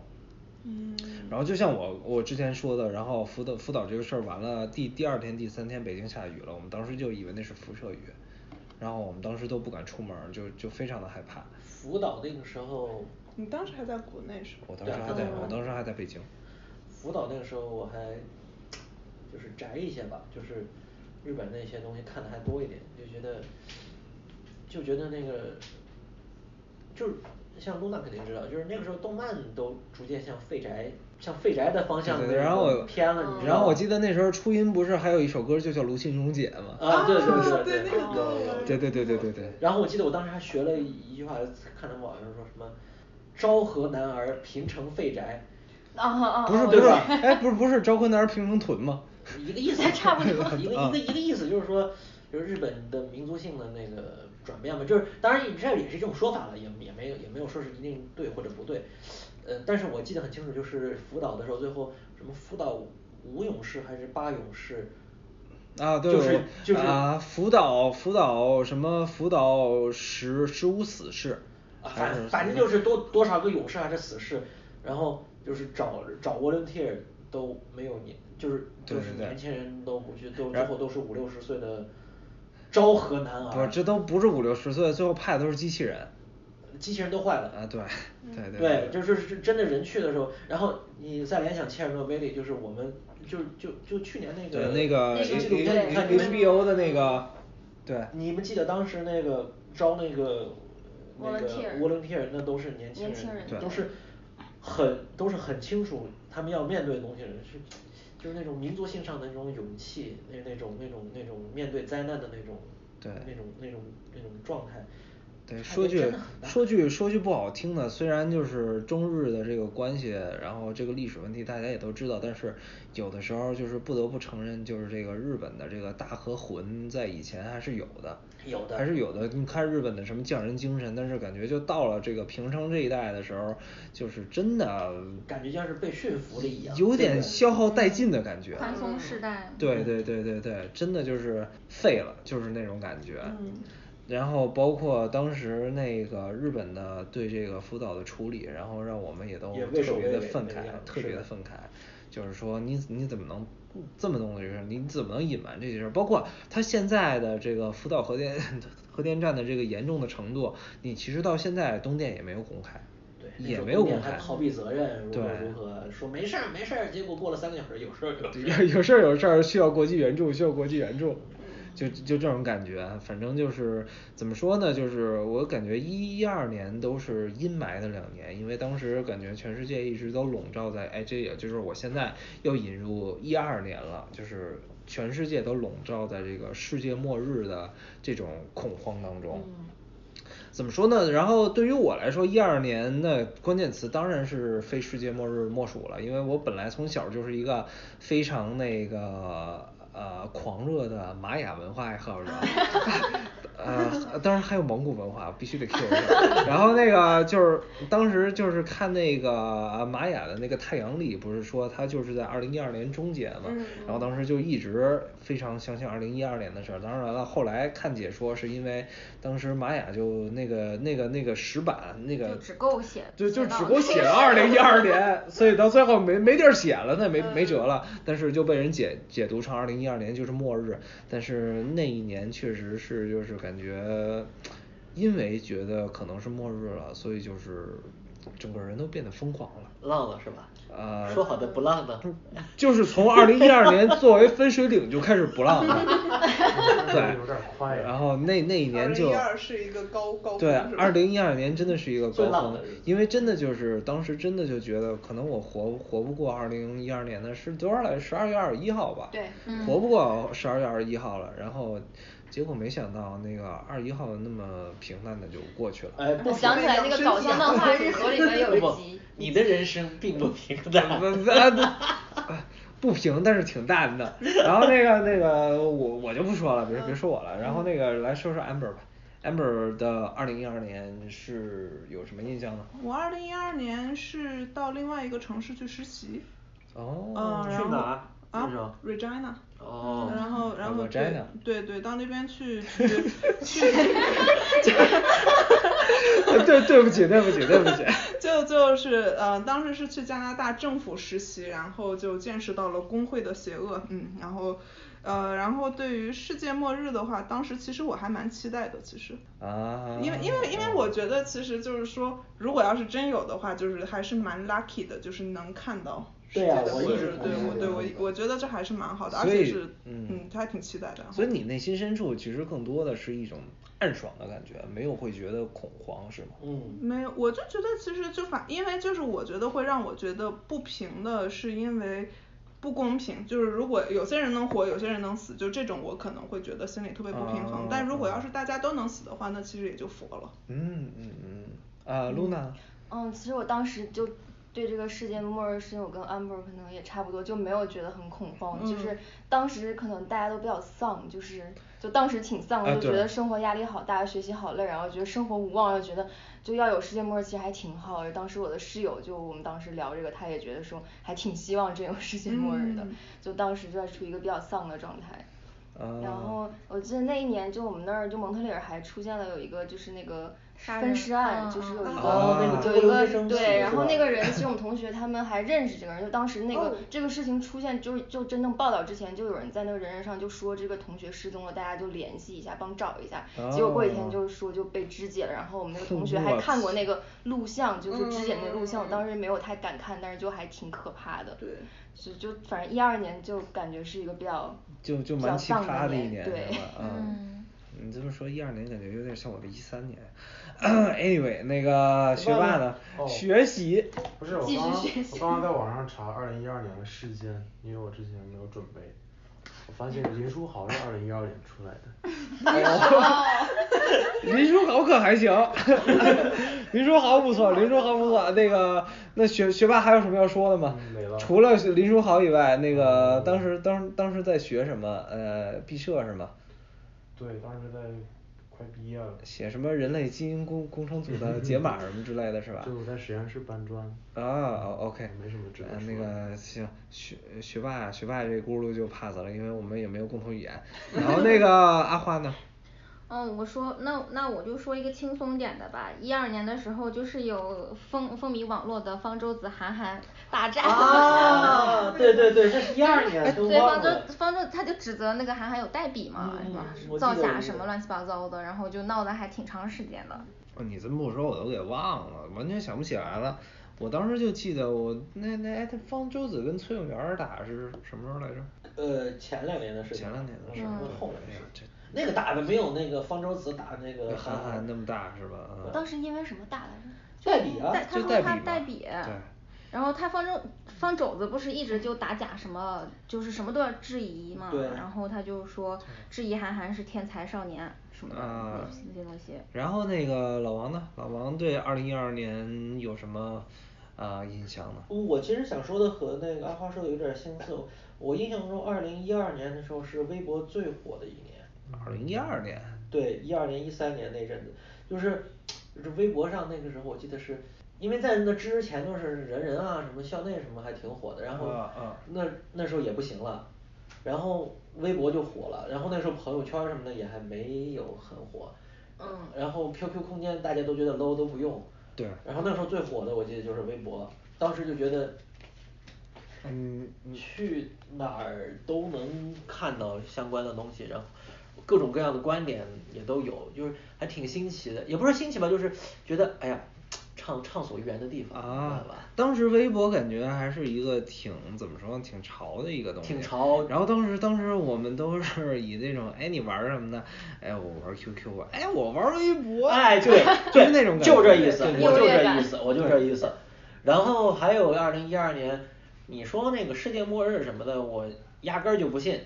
嗯
然后就像我我之前说的，然后福岛福岛这个事儿完了，第第二天第三天北京下雨了，我们当时就以为那是辐射雨，然后我们当时都不敢出门儿，就就非常的害怕。
福岛那个时候，
你当时还在国内是吧？
我当时还在我当时还在北京。
福岛那个时候我还就是宅一些吧，就是日本那些东西看的还多一点，就觉得就觉得那个就是像露娜肯定知道，就是那个时候动漫都逐渐向废宅向废宅的方向
对
那
对然后
个
我
偏了，你知
然后
道
我
吗
记得那时候初音不是还有一首歌就叫《卢沁溶解》吗？
啊，对
啊
对
对
对
那个歌
对对对对对对。
然后我记得我当时还学了一句话，看他们网上说什么“昭和男儿贫城废宅
啊
哦
啊啊！
不是
啊
不是，
我
哎，不是不是昭和男儿平成臀吗？”，
一个意思
差不多
一个一个一个意思就是说，就是日本的民族性的那个转变嘛，就是当然你这也是一种说法了，也也没有也没有说是一定对或者不对，呃，但是我记得很清楚，就是福岛的时候，最后什么福岛五勇士还是八勇士。
啊，对，
就是
我
就是
啊，福岛福岛什么福岛十十五死士，
啊，
还
反反正就是多多少个勇士还是死士，然后就是找找 volunteer 都没有年，就是
对
就是
对对
年轻人都不去，都最
然
后都是五六十岁的昭和男
不是
儿，
这都不是五六十岁，最后派的都是机器人。
机器人都坏了
啊，对
嗯
嗯
对对
对，就是是真的人去的时候，然后你再联想切尔诺贝利，就是我们就就就去年那个
对那个
那个
纪录
H
片，你看你
H
们
B O 的那个，对，
你们记得当时那个招那个那个
Volunteer
volunteer，那都是年轻
年轻
人，
人
都是很都是很清楚他们要面对的东西，是就是那种民族性上的那种勇气，那那种那种那种面对灾难的那种
对
那种那种那种状态。
对，
差
说
别
句
真的很大
说句说句不好听的，虽然就是中日的这个关系，然后这个历史问题大家也都知道，但是有的时候就是不得不承认，就是这个日本的这个大和魂在以前还是有的，
有的
还是有的。你看日本的什么匠人精神，但是感觉就到了这个平成这一代的时候，就是真的
感觉像是被驯服了一样，
有
对
点
吧
消耗殆尽的感觉。嗯
宽松时代。嗯
对对对对对，真的就是废了，就是那种感觉。
嗯
然后包括当时那个日本的对这个福岛的处理，然后让我们也都
也畏
特
首
别的
畏尾
愤
那
慨
个样，子
特
是
别的
的
愤慨。就是说你你怎么能这么弄这个事儿？你怎么能隐瞒这些事儿？包括他现在的这个福岛核电 核电站的这个严重的程度，你其实到现在东电也没有公开，
对，那
也
时候
没有
东
公
电
开，
还逃避责任，如
对
何如何说没事儿没事儿，结果过了三个小时，有事儿 有事
有
儿。
有事儿有事儿，需要国际援助，需要国际援助，就就这种感觉。反正就是怎么说呢，就是我感觉一一二年都是阴霾的两年，因为当时感觉全世界一直都笼罩在，哎，这也就是我现在又引入一二年了，就是全世界都笼罩在这个世界末日的这种恐慌当中。怎么说呢？然后对于我来说，一二年的关键词当然是非世界末日莫属了，因为我本来从小就是一个非常那个呃狂热的玛雅文化爱好者，呃，当然还有蒙古文化，必须得 Q 一下。 然后那个就是当时就是看那个呃玛雅的那个太阳历，不是说它就是在二零一二年终结
嗯
嘛，然后当时就一直非常相信二零一二年的事儿。当然了，后来看解说是因为当时玛雅就那个那个那个石板那个
就只够写
就就
写到
只够 写了二零一二年，所以到最后没没地儿写了，那没
嗯
没辙了。但是就被人解解读成二零一二年就是末日，但是那一年确实是就是感觉，因为觉得可能是末日了，所以就是整个人都变得疯狂了。
浪了是吧？
呃
说好的不浪呢？
就是从二零一二年作为分水岭就开始不浪 了，对，
有点快呀
然后那那一年就
2012是一个高高峰
对，
是吧
二零一二年真的是一个
最
高
浪
峰
的日子，
因为真的就是当时真的就觉得可能我活活不过二零一二年的是多少来十二月二十一号吧，
对
嗯
活不过十二月二十一号了，然后结果没想到那个二十一号那么平淡的就过去了，
哎，不
我想起来那个搞笑漫画日和里面有一集，
你的人生并不平淡。
不不不平，但是挺淡 的。然后那个那个，我我就不说了，别
嗯
别说我了。然后那个来说说 Amber 吧，Amber 的二零一二年是有什么印象呢？
我二零一二年是到另外一个城市去实习，
哦，
嗯，然后
去哪儿那时候
啊，Regina。
哦
然后然后
Regina
对对对，到那 边去去去，
对对不起对不起对不起，
就就是呃，当时是去加拿大政府实习，然后就见识到了工会的邪恶，嗯，然后呃，然后对于世界末日的话，当时其实我还蛮期待的，其实，
啊，
因为因为因为我觉得其实就是说，如果要是真有的话，就是还是蛮 lucky 的，就是能看到。世
对
界
啊
的
我
末
一直
日，对
看
我
到
对
这
我
个
我觉得这还是蛮好的，而
所
且
以
是
嗯
嗯，还挺期待的。
所以你内心深处其实更多的是一种暗爽的感觉，没有会觉得恐慌是吗？
嗯，
没有，我就觉得其实就反，因为就是我觉得会让我觉得不平的，是因为不公平。就是如果有些人能活，有些人能死，就这种我可能会觉得心里特别不平衡。
啊
但如果要是大家都能死的话，那其实也就佛了。
嗯嗯嗯，啊露娜，
嗯，其实我当时就对这个世界末日事情，我跟 Amber 可能也差不多，就没有觉得很恐慌，就是
嗯
当时可能大家都比较丧，就是就当时挺丧的，
啊
就觉
对
得生活压力好大，学习好累，然后觉得生活无望，又觉得就要有世界末日，其实还挺好的。当时我的室友就我们当时聊这个，他也觉得说还挺希望真有世界末日的，
嗯
就当时就在处于一个比较丧的状态。
啊
然后我记得那一年就我们那儿就蒙特利尔还出现了有一个就是那个
杀
分
人
尸案，
嗯
就是有
嗯
一
嗯
个、
哦那个
有
中
一
国
个
医生死
对，然
是
后
吧
那个人其实我们同学他们还认识这个人，就当时那个、
哦
这个事情出现就是就真正报道之前，就有人在那个人人上就说这个同学失踪了，大家就联系一下帮找一下，结果过几天
哦
就是说就被肢解了，然后我们那个同学
我
还看
去
过那个录像，就就肢解那个录像，我
嗯
当时没有太敢看，但是就还挺可怕的。
对。
就就反正一二年就感觉是一个比较
就就
比较
蛮奇
丧
葩
的
的一年，
对
是 吧？啊
嗯
你这么说，一二年感觉有点像我的一三年。anyway，那个学霸呢？
哦
学习，
不是我
继续
刚刚
学
我刚刚在网上查二零一二年的世间，因为我之前没有准备，我发 现林书豪是二零一二年出来的。
林书豪可还行，林书豪不错，
嗯
林书豪不错。那个，那学学霸还有什么要说的吗
嗯没了？嗯
除了林书豪以外，那个当时当当时在学什么？呃，毕设是吗？
对，当时在快毕业了，
写什么人类基因工工程组的解码什么之类的是吧？
就我在实验室搬砖。
啊哦，OK，
没什么值得
呃
说
那
的
个行，学学霸学霸这轱辘就 pass 了，因为我们也没有共同语 言。然后那个阿花呢？
嗯，我说那那我就说一个轻松点的吧。一二年的时候，就是有风风靡网络的方舟子韩寒 大战。
啊，对对对，这是一二年，都
哎对，
忘
方舟
了。
方舟他就指责那个韩寒有代笔嘛，
嗯
是吧
我？记
造
得有
假
一
什
个
么乱七八糟的，然后就闹得还挺长时间的。
哦你这么不说我都给忘了，完全想不起来了。我当时就记得我那那哎，他方舟子跟崔永元儿打是什么时候来着？
呃，前两年的事情，
前两年的事
嗯
儿对
后面
哎
的
呀
事
这
情。那个打的没有那个方舟子打那个
跟
韩
韩寒
寒
那么大是吧？啊，
当时因为什么大来着？
代理啊，
代他
就
说
代
他
笔嘛
代笔，
对
然后他方舟方肘子不是一直就打假什么，就是什么都要质疑嘛，
对
然后他就说质疑韩寒是天才少年什么的
啊
那些东西。
然后那个老王呢？老王对二零一二年有什么啊、印象呢？
我其实想说的和那个阿花说的有点相似。我印象中，二零一二年的时候是微博最火的一年。
二零一二年，
对，一二年、一三年那阵子，就是就是微博上那个时候，我记得是因为在那之前都是人人啊，什么校内什么还挺火的，然后
啊啊
那那时候也不行了，然后微博就火了，然后那时候朋友圈什么的也还没有很火，
嗯
然后 QQ 空间大家都觉得 low 都不用，
对
然后那时候最火的我记得就是微博，当时就觉得
嗯，嗯
去哪儿都能看到相关的东西，然后各种各样的观点也都有，就是还挺新奇的，也不是新奇吧，就是觉得哎呀，畅畅所欲言的地方，明
啊
白吧？，
当时微博感觉还是一个挺怎么说呢，挺潮的一个东西。
挺潮
然后当时当时我们都是 以这种，哎，你玩儿什么的？哎，我玩儿 QQ 啊，哎，我玩儿微博啊。
哎，对
就是
对，
那种感
就
觉
这意思，
对
我就
优越
这
感
意思，我就这意思。然后还有二零一二年，你说那个世界末日什么的，我压根儿就不信，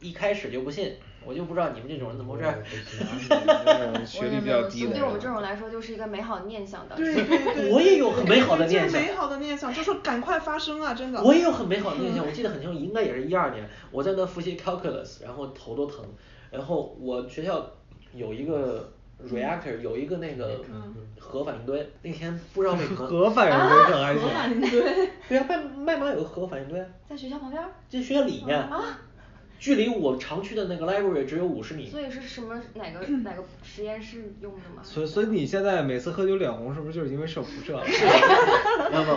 一开始就不信，我就不知道你们这种人怎么回事儿。
就是学历比较低
就
的
对
人。
我们这种来说就是一个美好的念想的。
对对 对，
我也
对
有
对
很
对
美好的
这
念想
美好的念想，就说赶快发生啊，真的。
我也有很美好的
嗯
印象，我记得很清楚，应该也是一二年，我在那复习 calculus，然后头都疼。然后我学校有一个
嗯
reactor，有一个那个核反应堆，那天不知道为什么，
核反应堆可还行。
对对啊，麦麦芒有个核反应堆啊，
在学校旁边儿？嗯啊
就学校里面。距离我常去的那个 library 只有五十米。
所以是什么哪个哪个实验室用的吗？
嗯所以所以你现在每次喝酒脸红，是不是 就是因啊为受辐射了？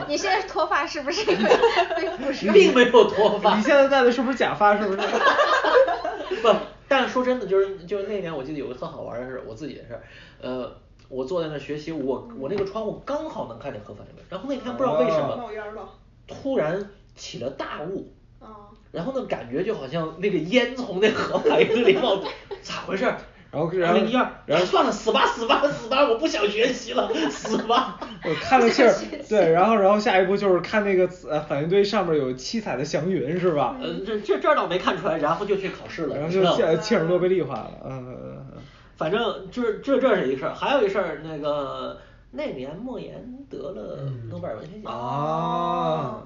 你现在是脱发是不是因为被辐射？
并没有脱发
你。现在戴的是不是假发？是不是？
不，但是说真的，就是就是那年我记得有个特好玩的事儿，我自己的事儿，呃，我坐在那儿学习，我我那个窗户刚好能看见河ฝั่那边，然后那天不知道为什么
哦冒烟儿了，
突然起了大雾，
啊，
然后呢，感觉就好像那个烟从那河海子里冒出，咋回事儿？
然后然
二
后
零一二，
然后
算了，死吧死吧死吧，我不想学习了，死吧。
我看了气儿，对，然后然后下一步就是看那个呃反应堆上面有七彩的祥云是吧？
呃，这这这儿倒没看出来，然后就去考试了，
然后
你
就
知道吗
切切尔诺贝利化了，嗯，嗯
反正这这这是一个事儿，还有一事儿，那个那年莫言得了诺贝尔文学
嗯
奖，
啊，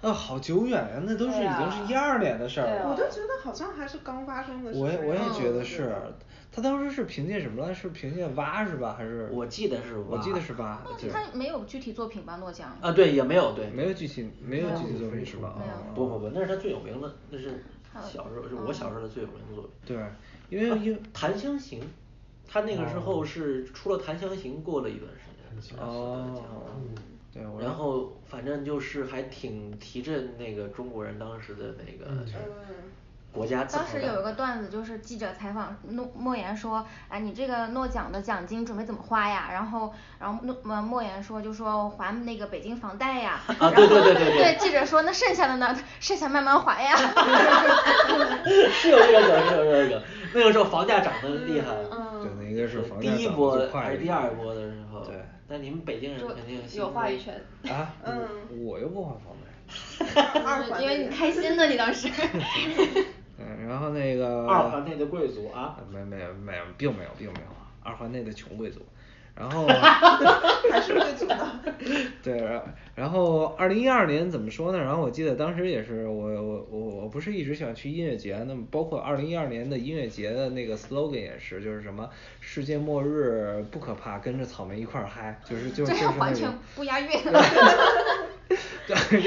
啊，好久远呀，那都是已经是一二年的事儿
对啊
我
了。
就觉得好像还是刚发生的事情。
我也我也
然后
觉
就
得是，他当时是凭借什么来？是凭借蛙是吧？还是
我记得是
我记
蛙
得是蛙，对，
他没有具体作品吧诺奖？
啊，对，也没有对，
没有具体没有具体作品是吧？
没有
啊
不不不，那是他最有名的，那是小时候是
嗯
我小时候的最有名的作品。
对，因为因为
《檀香刑》，他那个时候是出了《檀香刑》，过了一段时间，啊
哦，对，我
然后反正就是还挺提振那个中国人当时的那
嗯
个国家自豪
嗯当
感。
时有一个段子，就是记者采访诺莫言说，哎，你这个诺奖的奖金准备怎么花呀？然后，然后诺呃莫言说，就说还那个北京房贷呀。然后
啊对对对对对
记者说，那剩下的呢？剩下慢慢 还呀。
是有这个梗，是有这个梗。那个时候房价涨得厉害，
嗯
对，那应该是房价
第一
涨
波
得最快
还
的
是第二波的时候？
对
那你们北京人肯定
有话语权。
啊，我我又不还房贷，
二环
因为你开心呢，你 当时。
嗯，然后那个
二环内的贵族啊，
呃没没有没有，并没有并没有，啊二环内的穷贵族，然后
还是会觉得，
对，然然后二零一二年怎么说呢？然后我记得当时也是我我我我不是一直喜欢去音乐节，那么包括二零一二年的音乐节的那个 slogan 也是，就是什么世界末日不可怕，跟着草莓一块儿嗨，就是就
这
就是那
完全
种。
不押韵。
对，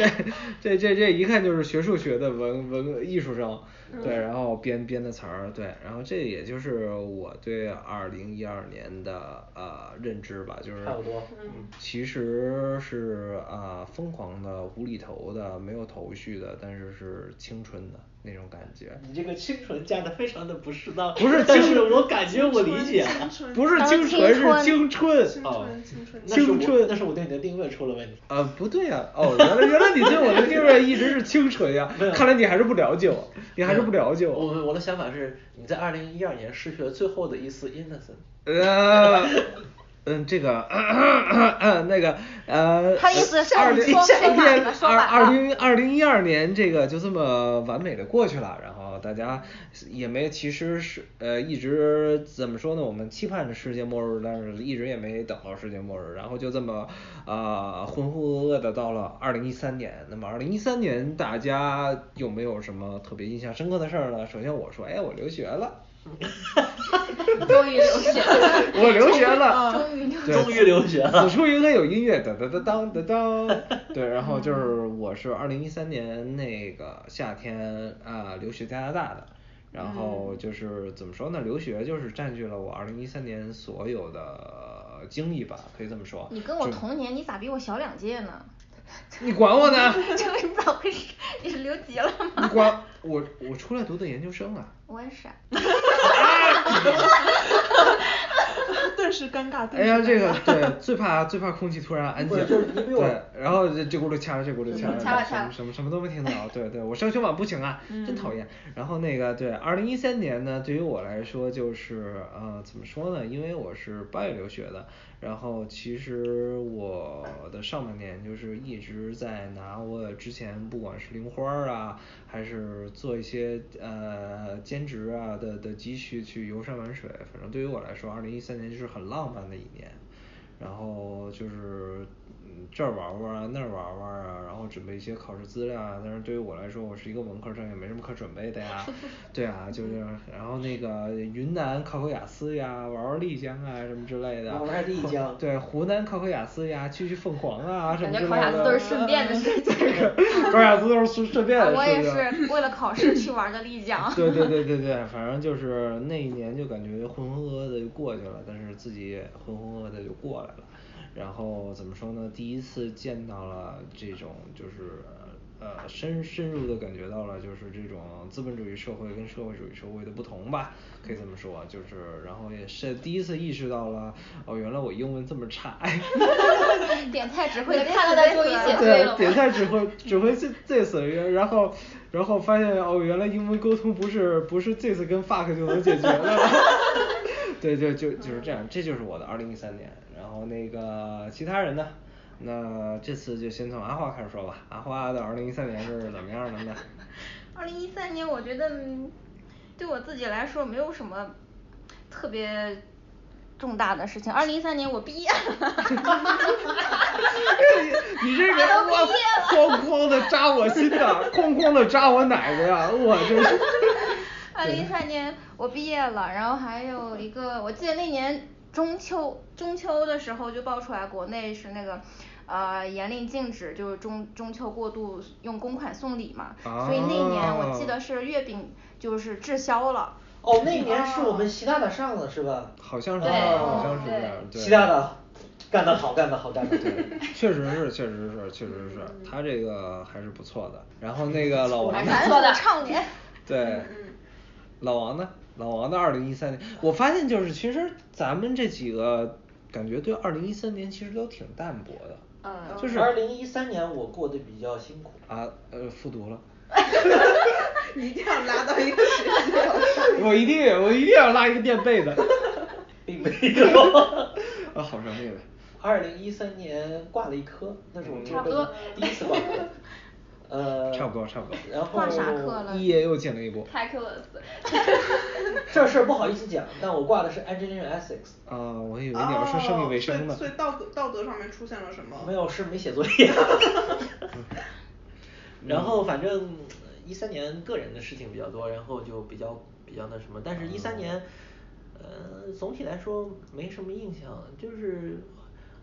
这这这这一看就是学术学的文文艺术生，对，然后编编的词儿，对，然后这也就是我对二零一二年的呃认知吧，就是
差不多
嗯
其实是啊、疯狂的、无厘头的、没有头绪的，但是是青春的那种感觉。
你这个清纯加的非常的不适当。
不是
但
清
是
纯
我感觉我理解
青
了。
春
不是清纯，是青春。
青
哦
春青春，
那是我
青春
那是我对你的定位出了问题。
啊，不对呀、哦，原来原来你对我的定位一直是清纯呀、
没有
看来你还是不了解我，你还是不了解我。
我我的想法是，你在二零一二年失去了最后的一丝 innocent。
呃，嗯，这个，那个，呃，
他意思是
二零
说
二
说满
零
了说啊
二
满了
二零二零一二年这个就这么完美的过去了，然后大家也没其实是呃一直怎么说呢，我们期盼着世界末日，但是一直也没等到世界末日，然后就这么啊、浑浑噩噩的到了二零一三年。那么二零一三年大家有没有什么特别印象深刻的事儿呢？首先我说，哎，我留学了。
终于留学 了。
我留学了，
终于啊
对
啊终于留学了
此处应该有音乐，哒哒哒当哒 当。对，然后就是我是二零一三年那个夏天啊、留学加拿大的，然
嗯
后就是怎么说呢，留学就是占据了我二零一三年所有的经历吧，可以这么说。
你跟我同年，你咋比我小两届呢？
你管我呢？
这你咋回事？你是留级了
你
吗？
管我？我出来读的研究生啊。
我也是啊。
顿时尴尬。顿
哎呀，
时
这
尴
个
尬
对，最怕最怕空气突然安静，对，然后这这轱辘掐了，这轱辘掐了，
掐了
什
掐
么
了
什么什么都没听到，对对，我上学晚不行啊，真讨厌。然后那个对，二零一三年呢，对于我来说就是呃怎么说呢？因为我是八月留学的，然后其实我的上半年就是一直在拿我之前不管是零花儿啊，还是做一些呃兼职啊的的积蓄去游山玩水，反正对于我来说，二零一三年就是很浪漫的一年。然后就是嗯这儿玩儿玩儿啊那儿玩儿玩儿啊，然后准备一些考试资料啊，但是对于我来说，我是一个文科生，也没什么可准备的 呀，对啊，就是然后那个云南考考雅思呀，玩儿玩儿丽江啊什么之类的，
玩儿玩儿丽
湖
江
对湖南考考雅思呀，去去凤凰啊什
感
么之
觉
类的，
考雅思都是顺便的事情。啊
考雅思都是顺顺便的事情，
我
。
也是
啊
为了考试去玩儿的丽江
对对对对对，反正就是那一年就感觉浑浑噩噩的就过去了，但是自己也浑浑噩噩的就过来了。然后怎么说呢？第一次见到了这种就是呃深深入的感觉到了就是这种资本主义社会跟社会主义社会的不同吧，可以这么说。就是然后也是第一次意识到了哦，原来我英文这么差。
点菜只会
看到他
他
终于解决
对
了，
点菜只会只会这这次，然后然后发现哦，原来英文沟通不是不是这次跟 fuck 就能解决的。 对对，就就是这样，这就是我的二零一三年。然后那个其他人呢？那这次就先从阿花开始说吧。阿花的二零一三年是怎么样的呢？
二零一三年，我觉得嗯对我自己来说没有什么特别重大的事情。二零一三年我毕业了，
你这人我哐哐的扎我心呐，哐哐的扎我奶子呀，我真是。
二零一三年我毕业了，然后还有一个，我记得那年中秋中秋的时候就爆出来，国内是那个。呃，严令禁止就是中中秋过度用公款送礼嘛，所以那年我记得是月饼就是滞销了，
哦，那年是我们习大大上的是吧？
好像是，
对
好像是这
对
样。对
习大大干得好，干得好，干得 好。
确实是，确实是，确实是，
嗯
他这个还是不错的。然后那个老王呢？
错的嗯唱年。
对，老王呢？老王的二零一三年，我发现就是其实咱们这几个感觉对二零一三年其实都挺淡薄的。
嗯
就是
二零一三年我过得比较辛苦，
啊，呃，复读了。
一定要拉到一个时间。
我一定，我一定要拉一个垫背的。
并没有。
啊，好伤心的。
二零一三年挂了一科，那是我
嗯
这
差
不多
辈子第一次挂科。呃，
差不多差不多
然后
挂啥课了
一爷哦 E 又进了一步。
，calculus，
这事儿不好意思讲，但我挂的是 engineering ethics，
啊，我以为你要说生命卫生呢
哦。所以所以道德道德上面出现了什么？
没有是没写作业。 然
嗯
后反正一三年个人的事情比较多，然后就比较比较那什么，但
嗯
是一三年，呃，总体来说没什么印象，就是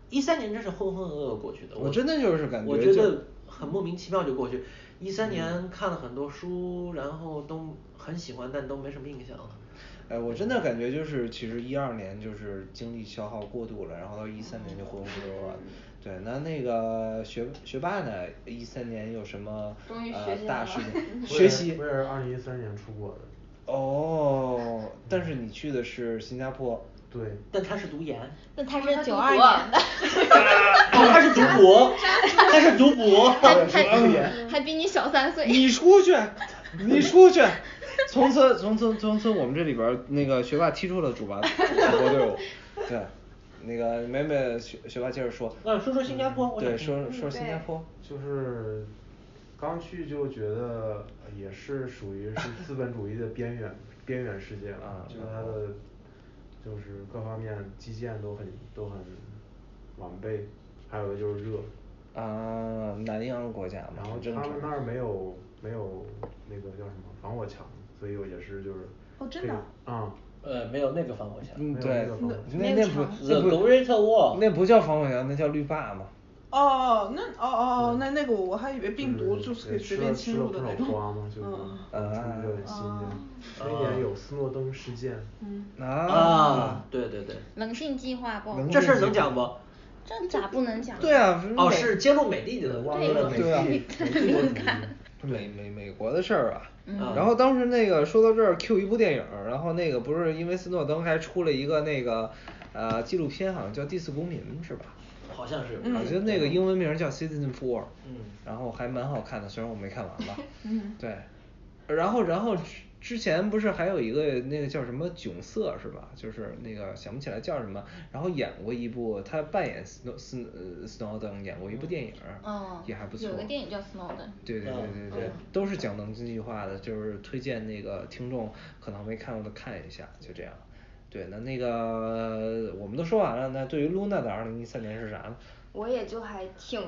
一三年真是浑浑噩噩过去的。
我真的就是感
我
觉
觉
就嗯
得很莫名其妙就过去。一三年看了很多书，然后都很喜欢，但都没什么印象了。
哎，我真的感觉就是，其实一二年就是精力消耗过度了，然后到一三年就浑浑噩噩了。对，那那个学学霸呢？一三年有什么
终于
呃
学习
大
了
事情？
嗯
我
学
也
习
我也是二零一三年出国的，
哦，但是你去的是新加坡，
对，
但他是读 研，
那他是九二年的，
哦他是读博，他是读博。
还还 还比你小三岁。
你出去，你出 去。从此，从此，从此，我们这里边儿那个学霸踢出了主拔主播队伍。对，那个美美学学霸接着说。
那嗯说呃说新加坡，我想
对，
听
嗯
说说新加坡。
就是刚去就觉得呃也是属于是资本主义的边缘边缘世界
啊
吧，就是它的就是各方面基建都很都很完备，还有一个就是热，
啊，南洋国家嘛
然，后
正
他
常
们。那儿没有没有那个叫什么防火墙，所以我也是就是
哦真
可以
的
啊，
呃，没有那个防火墙
嗯，
没有
对
那个，防
那那不那
，The
不
Great Wall
那不叫防火墙，那叫绿坝嘛。
哦哦，那哦哦，那那个我我还以为病毒
对
就是可以随
也吃
便
了
侵
吃了
入
不
的
少
那种。
瓜嘛，就是呃
嗯
出的新
哦
鲜。那年有斯诺登事件，
嗯
嗯
啊，
对对对，
冷静计划不？
冷
这事儿能讲不？
这咋不能讲？
对啊，
哦，
美
是揭露美丽的，
挖
忘
了
了
美
美
对啊
帝，美帝国主义。
美美美国的事儿啊。
嗯
然后当时那个说到这儿，Q 一部电影儿，然后那个不是因为斯诺登还出了一个那个呃纪录片，好像叫《第四公民》是吧？
好像是。
嗯
嗯
我觉得那个英文名儿叫 Citizen Four，
嗯
然后还蛮好看的，虽然我没看完吧，
嗯
对，然后然后之之前不是还有一个那个叫什么囧瑟是吧？就是那个想不起来叫什么，然后演过一部，他扮演斯诺斯呃斯诺登演过一部电影儿，
嗯哦
也还不错，
有个电影叫 Snowden
对对对对
哦
对，都是讲能经济化的，就是推荐那个听众可能没看过的看一下，就这样。对，那那个我们都说完了，那对于露娜的二零一三年是啥呢？
我也就还挺，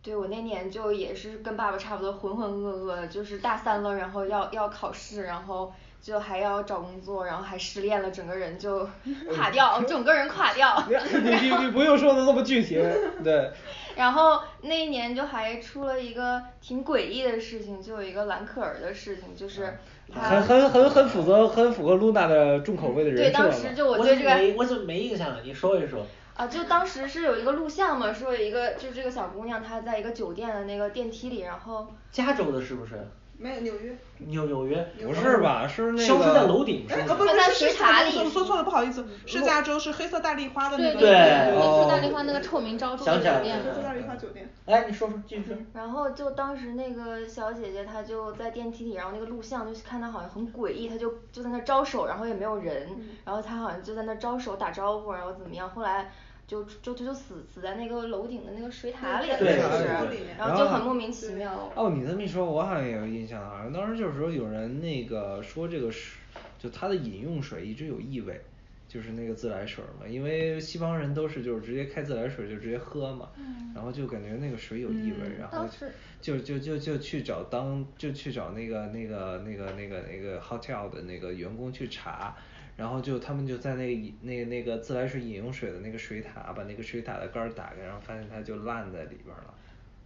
对我那年就也是跟爸爸差不多浑浑噩噩的，就是大三了，然后要要考试，然后就还要找工作，然后还失恋了，整个 人就垮
哎
掉，整个人垮掉。
你 你你不用说的那么具体，对，
然后那一年就还出了一个挺诡异的事情，就有一个蓝可儿的事情，
啊
就是
很
他
很很很符合很符合露娜的重口味的
对
人设嘛
当。时就
我
对
怎
这
么没
个
我怎么没印象啊？你说一说。
啊，就当时是有一个录像嘛，说有一个就是这个小姑娘她在一个酒店的那个电梯里，然后
加州的是不是？
没有纽约。
纽纽约？
不是吧？是那个
消失在楼顶是
哎，
不
啊，不
是？
是，
在
是是
水
是
塔
我
里
说说错了，不好意思，是加州，是黑色大丽花的那
对
个。
对
对，
哦
黑色大丽花那个臭名昭著的
想起来
酒
了
店
黑色
嘛。
大丽花酒店。
哎，你说说，继续说。
然后就当时那个小姐姐她就在电梯里，然后那个录像就看她好像很诡异，她就就在那招手，然后也没有人，然后她好像就在那招手打招呼，然后怎么样，后来。就就就就死死在那个楼顶的那个水塔里了，
对
是不
水
是
塔里面？
然后就很莫名其妙。
哦，你这么一说，我好像也有印象，好像当时就是说有人那个说这个是，就他的饮用水一直有异味，就是那个自来水嘛，因为西方人都是就是直接开自来水就直接喝嘛，然后就感觉那个水有异味，然后
嗯当时
就就就就去找当就去找那个那个那个那个那个 hotel 的那个员工去查。然后就他们就在那个饮那那个自来水饮用水的那个水塔，把那个水塔的盖儿打开，然后发现它就烂在里边儿了，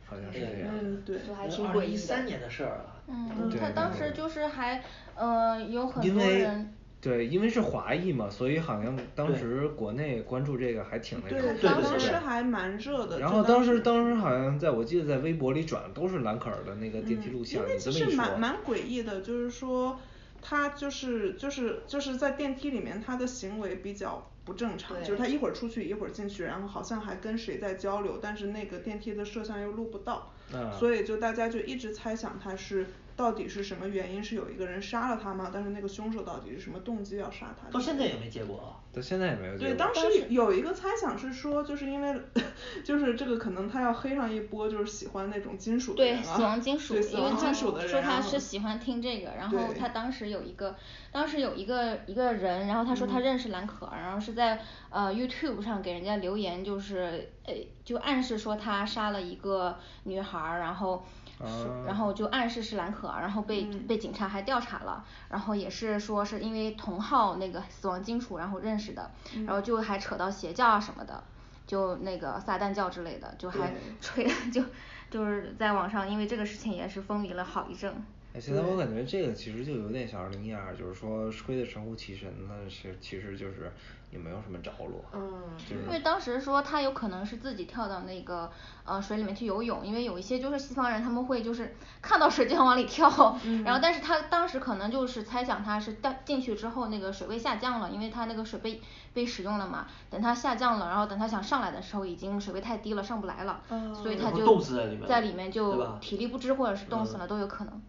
好像是这样。
嗯，对。
就还挺
二
诡
零一
异
三
的。
年的事儿啊了。
嗯，
对
他
对
当
对
时就是还，呃，有很
因
多
为
人，
对，因为是华裔嘛，所以好像当
对
时国内关注这个还挺那
对
什么
对
的。
对
当
对
时还蛮热的。
然
就
后当时
时
当时好像在我记得在微博里转的都是兰可儿的那个电梯录像，
嗯因为
你这
其
么
实
一
蛮
说，
蛮诡异的，就是说他就是就是就是在电梯里面他的行为比较不正常，
对
就是他一会儿出去一会儿进去，然后好像还跟谁在交流，但是那个电梯的摄像又录不到，
啊
所以就大家就一直猜想他是。到底是什么原因？是有一个人杀了他吗？但是那个凶手到底是什么动机要杀他？
到现在也没结果啊。
到现在也没有结
对，
果。
当时有一个猜想是说，就是因为， 就是这个可能他要黑上一波，就是喜欢那种金属的人
对
啊，
死亡金属，
对死
因为
亡
他
金属的人，啊
说他
然后
是喜欢听这个，然后
对
他当时有一个，当时有一个一个人，然后他说
嗯
他认识蓝可儿，然后是在呃 YouTube 上给人家留言，就是呃就暗示说他杀了一个女孩儿，然后。
啊
然后就暗示是蓝可儿，然后被、
嗯
被警察还调查了，然后也是说是因为同号那个死亡金属，然后认识的，
嗯
然后就还扯到邪教啊什么的，就那个撒旦教之类的，就还吹 就就是在网上因为这个事情也是风靡了好一阵。
哎，现在我感觉这个其实就有点像二零一二，就是说吹的神乎其神，但是其实就是也没有什么着落。
嗯，
就是
因为当时说他有可能是自己跳到那个呃水里面去游泳，因为有一些就是西方人他们会就是 看到水就想往里跳，
嗯
然后但是他当时可能就是猜想他是掉进去之后那个水位下降了，因为他那个水被被使用了嘛，等他下降了，然后等他想上来的时候已经水位太低了，上不来了，所以
然
他
后
就
冻死在里面了对
就
吧嗯
体力不支或者是冻死了都有可能。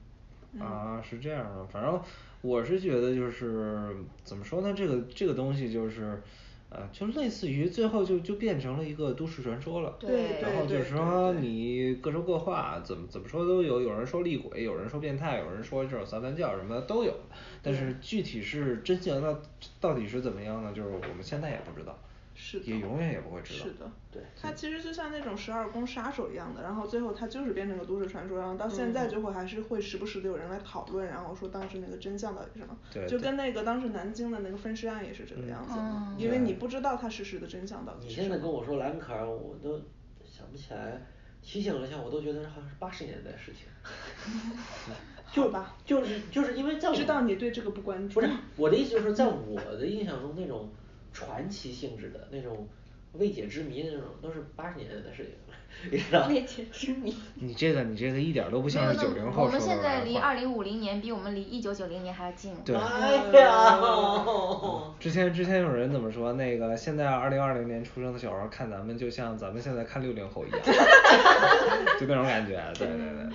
啊，是这样的，反正我是觉得就是怎么说呢，这个这个东西就是，呃，就类似于最后就就变成了一个都市传说了。
对
然后
对
就是
对
说
对
你各说各话，怎么怎么说都有，有人说厉鬼，有人说变态，有人说这种撒旦教什么的都有，但是具体是真相到到底是怎么样呢？就是我们现在也不知道，
是的
也永远也不会知道。
是的，
对
他其实就像那种十二宫杀手一样的，然后最后他就是变成个都市传说，然后到现
嗯
在就会还是会时不时的有人来讨论，然后说当时那个真相到底是什么，
对嗯
就
对
跟那个当时南京的那个分尸案也是这个
哦
样子的，因为你不知道他事实的真相到底
你
是什
现
么
在。跟我说兰可儿，我都想不起来。提醒了一下，我都觉得好像是八十年代的事情。就
好吧
就是就是因为在我
知道你对这个不关注
不是我的意思，就是在我的印象中，那种传奇性质的那种未解之谜的那种，都是八十年代的事情，你知道？
未解之谜。
你这个你这个一点儿都不
没
像
有
是
那
九
么
零
我
后说的
们现在离
话
二零五零年比我们离一九九零年还要近。
对嗯
哎呀，
之前之前有人怎么说？那个现在二零二零年出生的小孩看咱们，就像咱们现在看六零后一样，就那种感觉。对对对对。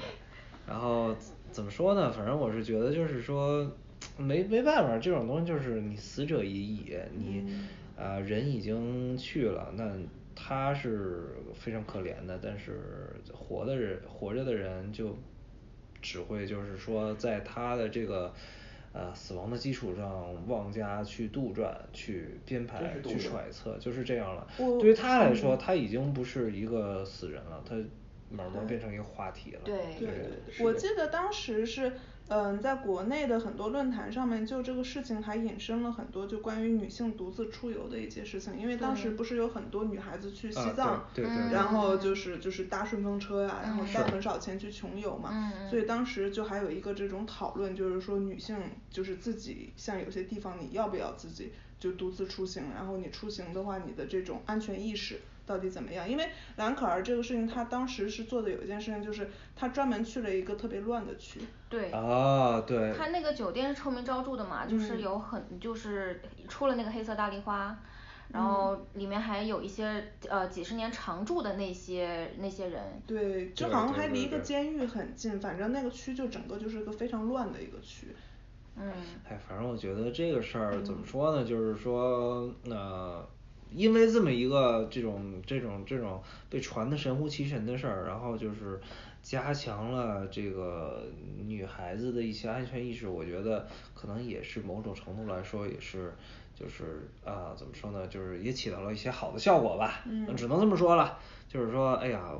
然后怎么说呢？反正我是觉得就是说，没没办法，这种东西就是你死者已矣，你啊、呃人已经去了，那他是非常可怜的，但是活的人活着的人就只会就是说在他的这个呃死亡的基础上妄加去杜撰、去编排
真是、杜
去
撰
揣测，就是这样了。
我
对于他来说，他已经不是一个死人了，他慢慢变成一个话题了。
对
对
对
对
是
我
的
记得当时是，嗯，在国内的很多论坛上面，就这个事情还引申了很多就关于女性独自出游的一些事情，因为当
对
时不是有很多女孩子去西
啊
藏，
对对对
然后就是就是搭顺风车呀、然后
嗯
是
带很少钱去穷游嘛，
嗯嗯
所以当时就还有一个这种讨论，就是说女性就是自己像有些地方你要不要自己就独自出行，然后你出行的话，你的这种安全意识到底怎么样？因为兰可儿这个事情，她当时是做的有一件事情，就是她专门去了一个特别乱的区，
对。
啊，对。
他那个酒店是臭名昭著的嘛，就是
嗯
有很就是出了那个黑色大丽花，
嗯
然后里面还有一些呃几十年常住的那些那些人。
对，就
对
好像
对
还
对
离一个
对
监狱很近，反正那个区就整个就是一个非常乱的一个区。
嗯，
哎，反正我觉得这个事儿怎么说呢？就是说，呃，因为这么一个这种这种这种被传的神乎其神的事儿，然后就是加强了这个女孩子的一些安全意识，我觉得可能也是某种程度来说也是。就是啊、怎么说呢？就是也起到了一些好的效果吧，
嗯
只能这么说了。就是说，哎呀，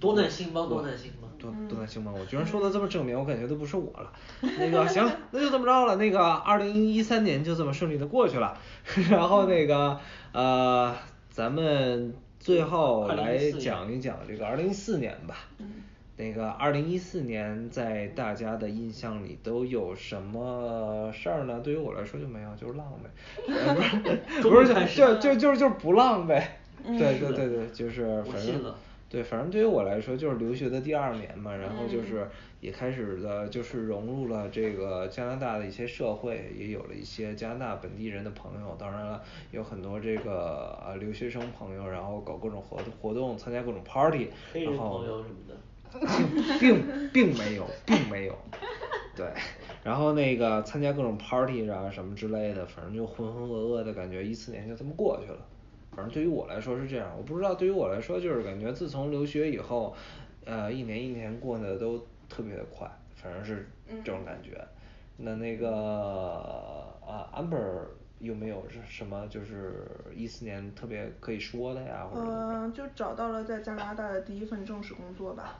多难兴邦
我
多难兴邦
多多难兴邦！我居然说的这么正面，我感觉都不是我了。那个行，那就这么着了。那个二零一三年就这么顺利的过去了， 然后那个呃，咱们最后来
2014
讲一讲这个二零一四年吧。那个二零一四年在大家的印象里都有什么事儿呢？对于我来说就没有，就是浪呗， 呃不是
终于
不是
开始
就
了
就就是就是不浪呗。
嗯
对
是
对
的
对对，就是
我
反
信
正
了
对，反正对于我来说就是留学的第二年嘛，然后就是也开始的，就是融入了这个加拿大的一些社会，也有了一些加拿大本地人的朋友，当然了，有很多这个呃留学生朋友，然后搞各种活动活动，参加各种 party，
黑
然
人
后
朋友什么的，
并并并没有，并没有。对，然后那个参加各种 party 啊什么之类的，反正就浑浑噩噩的感觉，一四年就这么过去了。反正对于我来说是这样，我不知道对于我来说就是感觉自从留学以后，呃，一年一年过得都特别的快，反正是这种感觉。那那个啊，安本儿有没有是什么就是一四年特别可以说的呀，或者怎么着
嗯，就找到了在加拿大的第一份正式工作吧，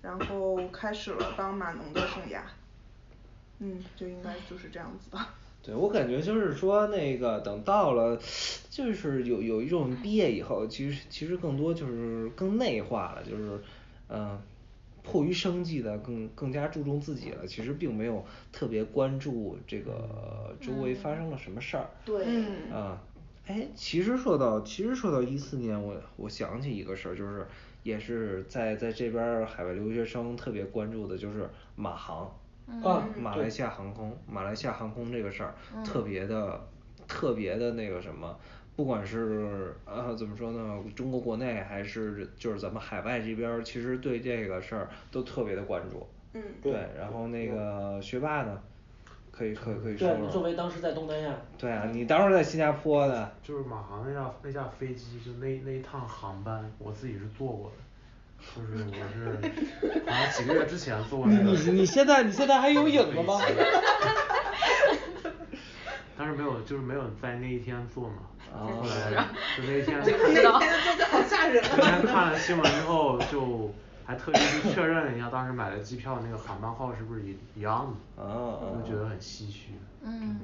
然后开始了当码农的生涯。嗯，就应该就是这样子吧。
对，我感觉就是说那个等到了，就是有有一种毕业以后，其实其实更多就是更内化了，就是嗯、呃迫于生计的更更加注重自己了，其实并没有特别关注这个周围发生了什么事儿。
对，
嗯
啊，哎，其实说到，其实说到一四年，我我想起一个事儿，就是也是在在这边儿海外留学生特别关注的，就是马航，
啊
马
对
来西亚航空，马来西亚航空这个事儿、特别的特别的那个什么。不管是呃怎么说呢，中国国内还是就是咱们海外这边儿，其实对这个事儿都特别的关注。
嗯
对
对，
然后那个学霸呢，可以可以可以说
对，
说。
作为当时在东南亚，
对啊，你当时在新加坡的，
就是马航那架那架飞机，就那那一趟航班，我自己是坐过的。就是我 是好像几个月之前坐过
你
那个
你你现在你现在还有影子吗？
但是没有，就是没有在那一天做嘛。
啊
后来就那一天，
那天的作者好吓人啊
那天看了新闻之后，就还特意去确认了一下，当时买的机票那个航班号是不是一一样的，
哦
就觉得很唏嘘。
嗯，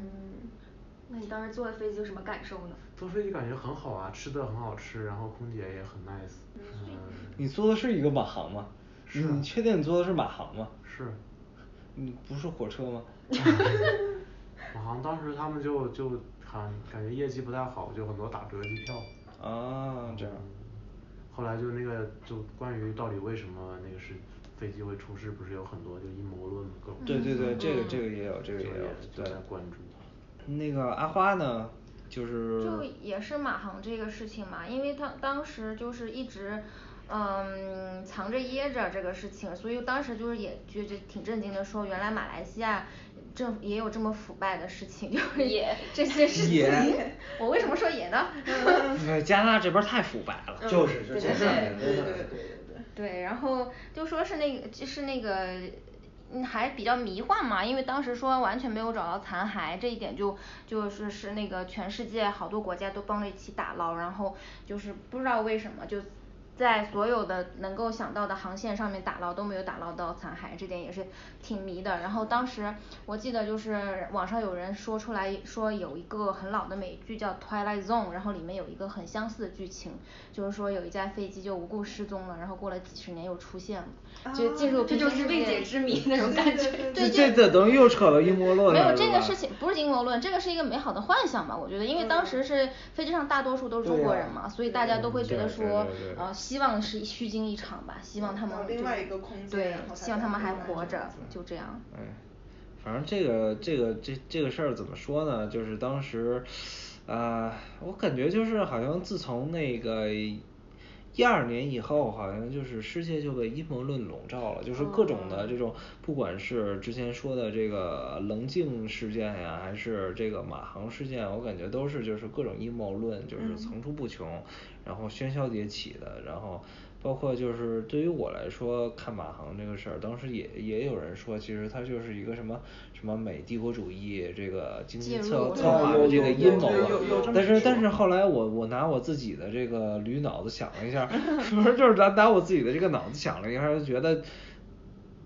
那你当时坐飞机有什么感受呢？
坐飞机感觉很好啊，吃的很好吃，然后空姐也很 nice，嗯，
你坐的是一个马航吗？
是啊
你确定你坐的是马航吗？
是。
你不是火车 吗？
马航当时他们就就很感觉业绩不太好，就很多打折机票。
啊，这样。
后来就那个就关于到底为什么那个是飞机会出事，不是有很多就阴谋论各种。
对对对，这个这个也有，这个
就
也有
也，就
对
在。关注。
那个阿花呢，就是
就也是马航这个事情嘛，因为他当时就是一直。嗯，藏着掖着这个事情，所以当时就是也觉得挺震惊的，说原来马来西亚政府也有这么腐败的事情， 就是
也
这些事情
也。
我为什么说也呢？
哎加拿大这边太腐败了。
嗯
就是就是
对
真的
对
真
对
的
对
对对对。
对，然后就说是那个，就是那个嗯还比较迷幻嘛，因为当时说完全没有找到残骸，这一点就就是是那个全世界好多国家都帮着一起打捞，然后就是不知道为什么就在所有的能够想到的航线上面打捞都没有打捞到残骸，这点也是挺迷的。然后当时我记得就是网上有人说出来说有一个很老的美剧叫《Twilight Zone》，然后里面有一个很相似的剧情，就是说有一架飞机就无故失踪了，然后过了几十年又出现了，就进入
啊这
平
就
行
是
世
未
界
解之 谜那种感觉。
对
这这等于又扯到阴谋论
没
了
有这
是
个
吧
事情不是阴谋论，这个是一个美好的幻想吧？我觉得，因为当时是飞机上大多数都是中国人嘛，所以大家都会觉得
对对
说
对，对
呃，希望是虚惊一场吧，希望他们
到
就
另外一个空间
对
然后，才
希望他
能
们还
回来
活
这
着
样子，
就 这样。
哎，反正这个这个这这个事儿怎么说呢？就是当时，啊、我感觉就是好像自从那个一二年以后，好像就是世界就被阴谋论笼罩了，
哦
就是各种的这种，不管是之前说的这个棱镜事件呀，还是这个马航事件，我感觉都是就是各种阴谋论
嗯
就是层出不穷，然后喧嚣迭起的，然后。包括就是对于我来说，看马航这个事儿，当时也也有人说，其实它就是一个什么什么美帝国主义这个经济
介
策
入
策划
哦有
的这
有
个
有
阴
有
谋
有
啊
有有这。么
但是
说
但是后来我我拿我自己的这个驴脑子想了一下 儿，是不是就是拿拿我自己的这个脑子想了一下儿，就觉得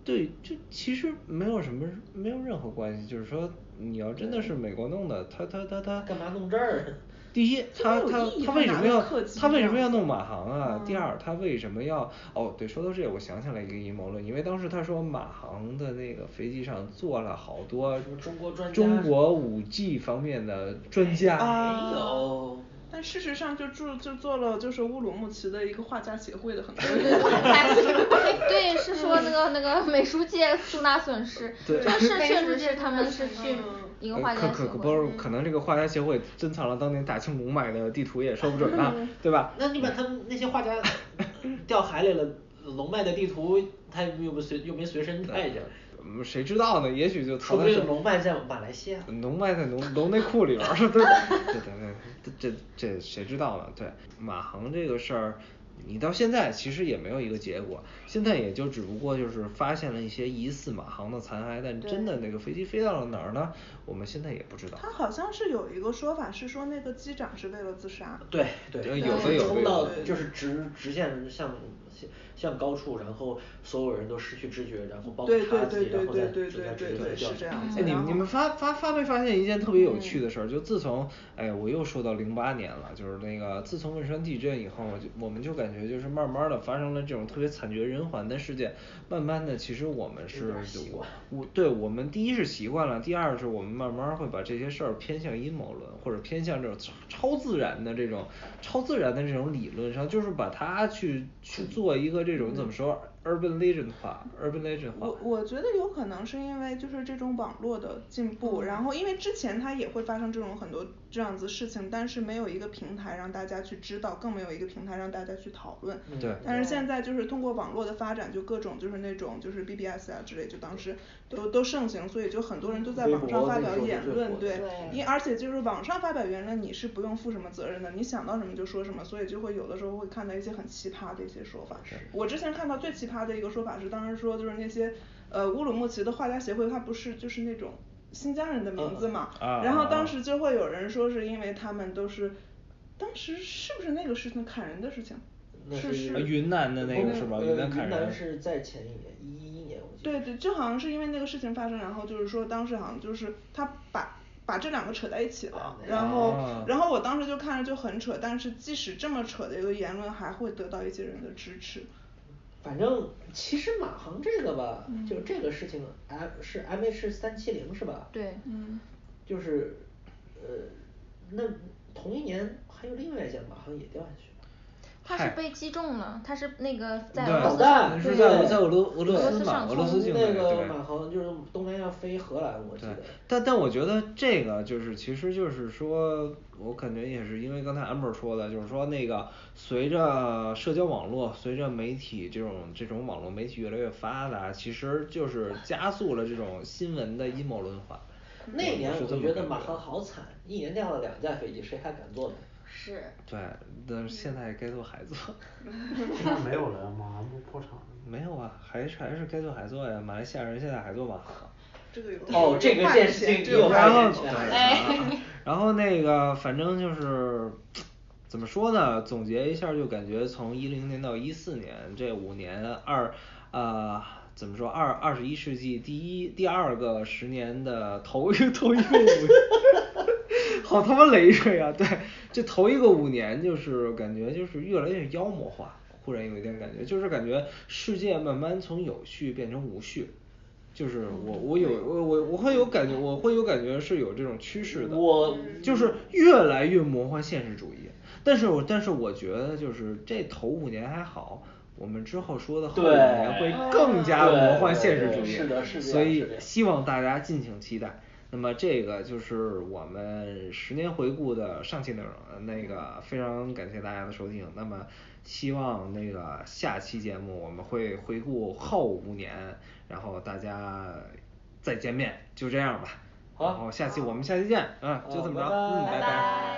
对，就其实没有什么，没有任何关系。就是说，你要真的是美国弄的，他他他他
干嘛弄这儿？
第一，
这
他
没有
他
意义
他
他
为什
拿
么
着
要
客机
他
这
为什
样嗯
么要
子
弄马航啊？第二，他为什么要哦？对，说到这，我想起来一个阴谋论，因为当时他说马航的那个飞机上坐了好多
什么中国专家
中
什
国
么哎
五 G 方面的专家呃
啊
没有。
但事实上就住就做了就是乌鲁木齐的一个画家协会 的很多
对
人
对，是说那个那 个美术界重大损失，
对
这个是
美
确
术
实
界
是他
重
们
大
是
损
去一个
呃
画家
可
协
可可
会嗯
不是，可能这个画家协会珍藏了当年大清龙买的地图也说不准 呢，对吧？
那你把他们那些画家掉海里了，龙脉的地图他又不随又没随身带着，
嗯谁知道呢？也许就
除
藏在
非
什
龙脉在马来西亚。
龙脉在龙龙内裤里边 儿，对对对对，这这这谁知道呢？对，马航这个事儿，你到现在其实也没有一个结果，现在也就只不过就是发现了一些疑似马航的残骸，但真的那个飞机飞到了哪儿呢？我们现在也不知道。
他好像是有一个说法是说那个机长是为了自杀。
对
对
对，
有
就
的
是
有
冲
的
到
有的
就是直直线向向向高处，然后所有人都失去知觉，然后包括
对
他
对
自
对
己，然
对
后再
对对
直接
对
直
对
接
对
掉
是这
下去。
样子。
哎，你
然
们
后嗯
你们发发发没发现一件特别有趣的事儿？就自从哎，我又说到零八年了，就是那个自从汶川地震以后，我就我们就感觉就是慢慢的发生了这种特别惨绝人寰的事件，慢慢的其实我们是
习惯
我对我们第一是习惯了，第二是我们慢慢会把这些事儿偏向阴谋论，或者偏向这种超超自然的这种超自然的这种理论上，就是把它去去做一个这种怎么说 urban legend 化，urban legend 化
嗯我。我觉得有可能是因为就是这种网络的进步，然后因为之前它也会发生这种很多这样子事情，但是没有一个平台让大家去知道，更没有一个平台让大家去讨论。
对
但是
对
现在就是通过网络的发展，就各种就是那种就是 BBS 啊之类，就当时都都盛行，所以就很多人都在
微
网
博
上发
那
表
时候是
言
最
论，
火的
对
对，
因而且就是网上发表言论，你是不用负什么责任的，你想到什么就说什么，所以就会有的时候会看到一些很奇葩的一些说法。我之前看到最奇葩的一个说法是，当时说就是那些呃乌鲁木齐的画家协会，它不是就是那种新疆人的名字嘛，
嗯啊
然后
啊啊
当时就会有人说是因为他们都是，当时是不是那个事情砍人的事情？
那
是
是
呃云南的那个
不
是吧
呃
云
云
南砍人
是在前一年，一一年我记得。
对对，就好像是因为那个事情发生，然后就是说当时好像就是他把把这两个扯在一起了，然
啊
后然后我当时就看着就很扯，但是即使这么扯的一个言论，还会得到一些人的支持。
反正其实马航这个吧，就这个事情，M 是 M H 三七零是吧？
对，
嗯，
就是，呃，那同一年还有另外一架马航也掉下去了。
他
嗨
是被击中了，他是那个在
对
俄罗
导
斯
弹
是
对
在
对
在俄罗俄罗
俄罗
斯
斯
嘛，
上
俄罗斯境内
那
对
个马航就是东南亚飞荷兰，我记
对
得。，
但但我觉得这个就是，其实就是说，我感觉也是因为刚才 amber 说的，就是说那个随着社交网络，随着媒体这种这种网络媒体越来越发达，其实就是加速了这种新闻的阴谋论化。
那
我
年
是
我
这
就
么
觉得
感
马
觉
航好惨，一年掉了两架飞机，谁还敢坐呢？
是，
对，但是现在该做还做，
嗯
现在没有了呀，马航不破产了吗。
没有啊，还是还是该做还做呀。马来西亚人现在还做马航。
这个有
哦
有
这个
话
这
题
是
先
这
这
个有
个
话
话
然
题
题
后
权
哎，哦然后那个反正就是怎么说呢？总结一下，就感觉从一零年到一四年这五年二呃。怎么说？二二十一世纪第一第二个十年的头一 头一个五年好他妈累赘啊！对，这头一个五年就是感觉就是越来越妖魔化，忽然有一点感觉，就是感觉世界慢慢从有序变成无序，就是
嗯
我我有我我我会有感觉，我会有感觉是有这种趋势的，
我
就是越来越魔幻现实主义。但是我但是我觉得就是这头五年还好，我们之后说的后五
对
年会更加魔幻现实主
对对对
义，
是的是这样
所以
是这样
希望大家敬请期待。那么这个就是我们十年回顾的上期内容，呃那个非常感谢大家的收听。那么希望那个下期节目我们会回顾后五年，然后大家再见面，就这样吧。
好
然后下期我们下期见，嗯，就这么着，
啊哦好拜拜
嗯，拜
拜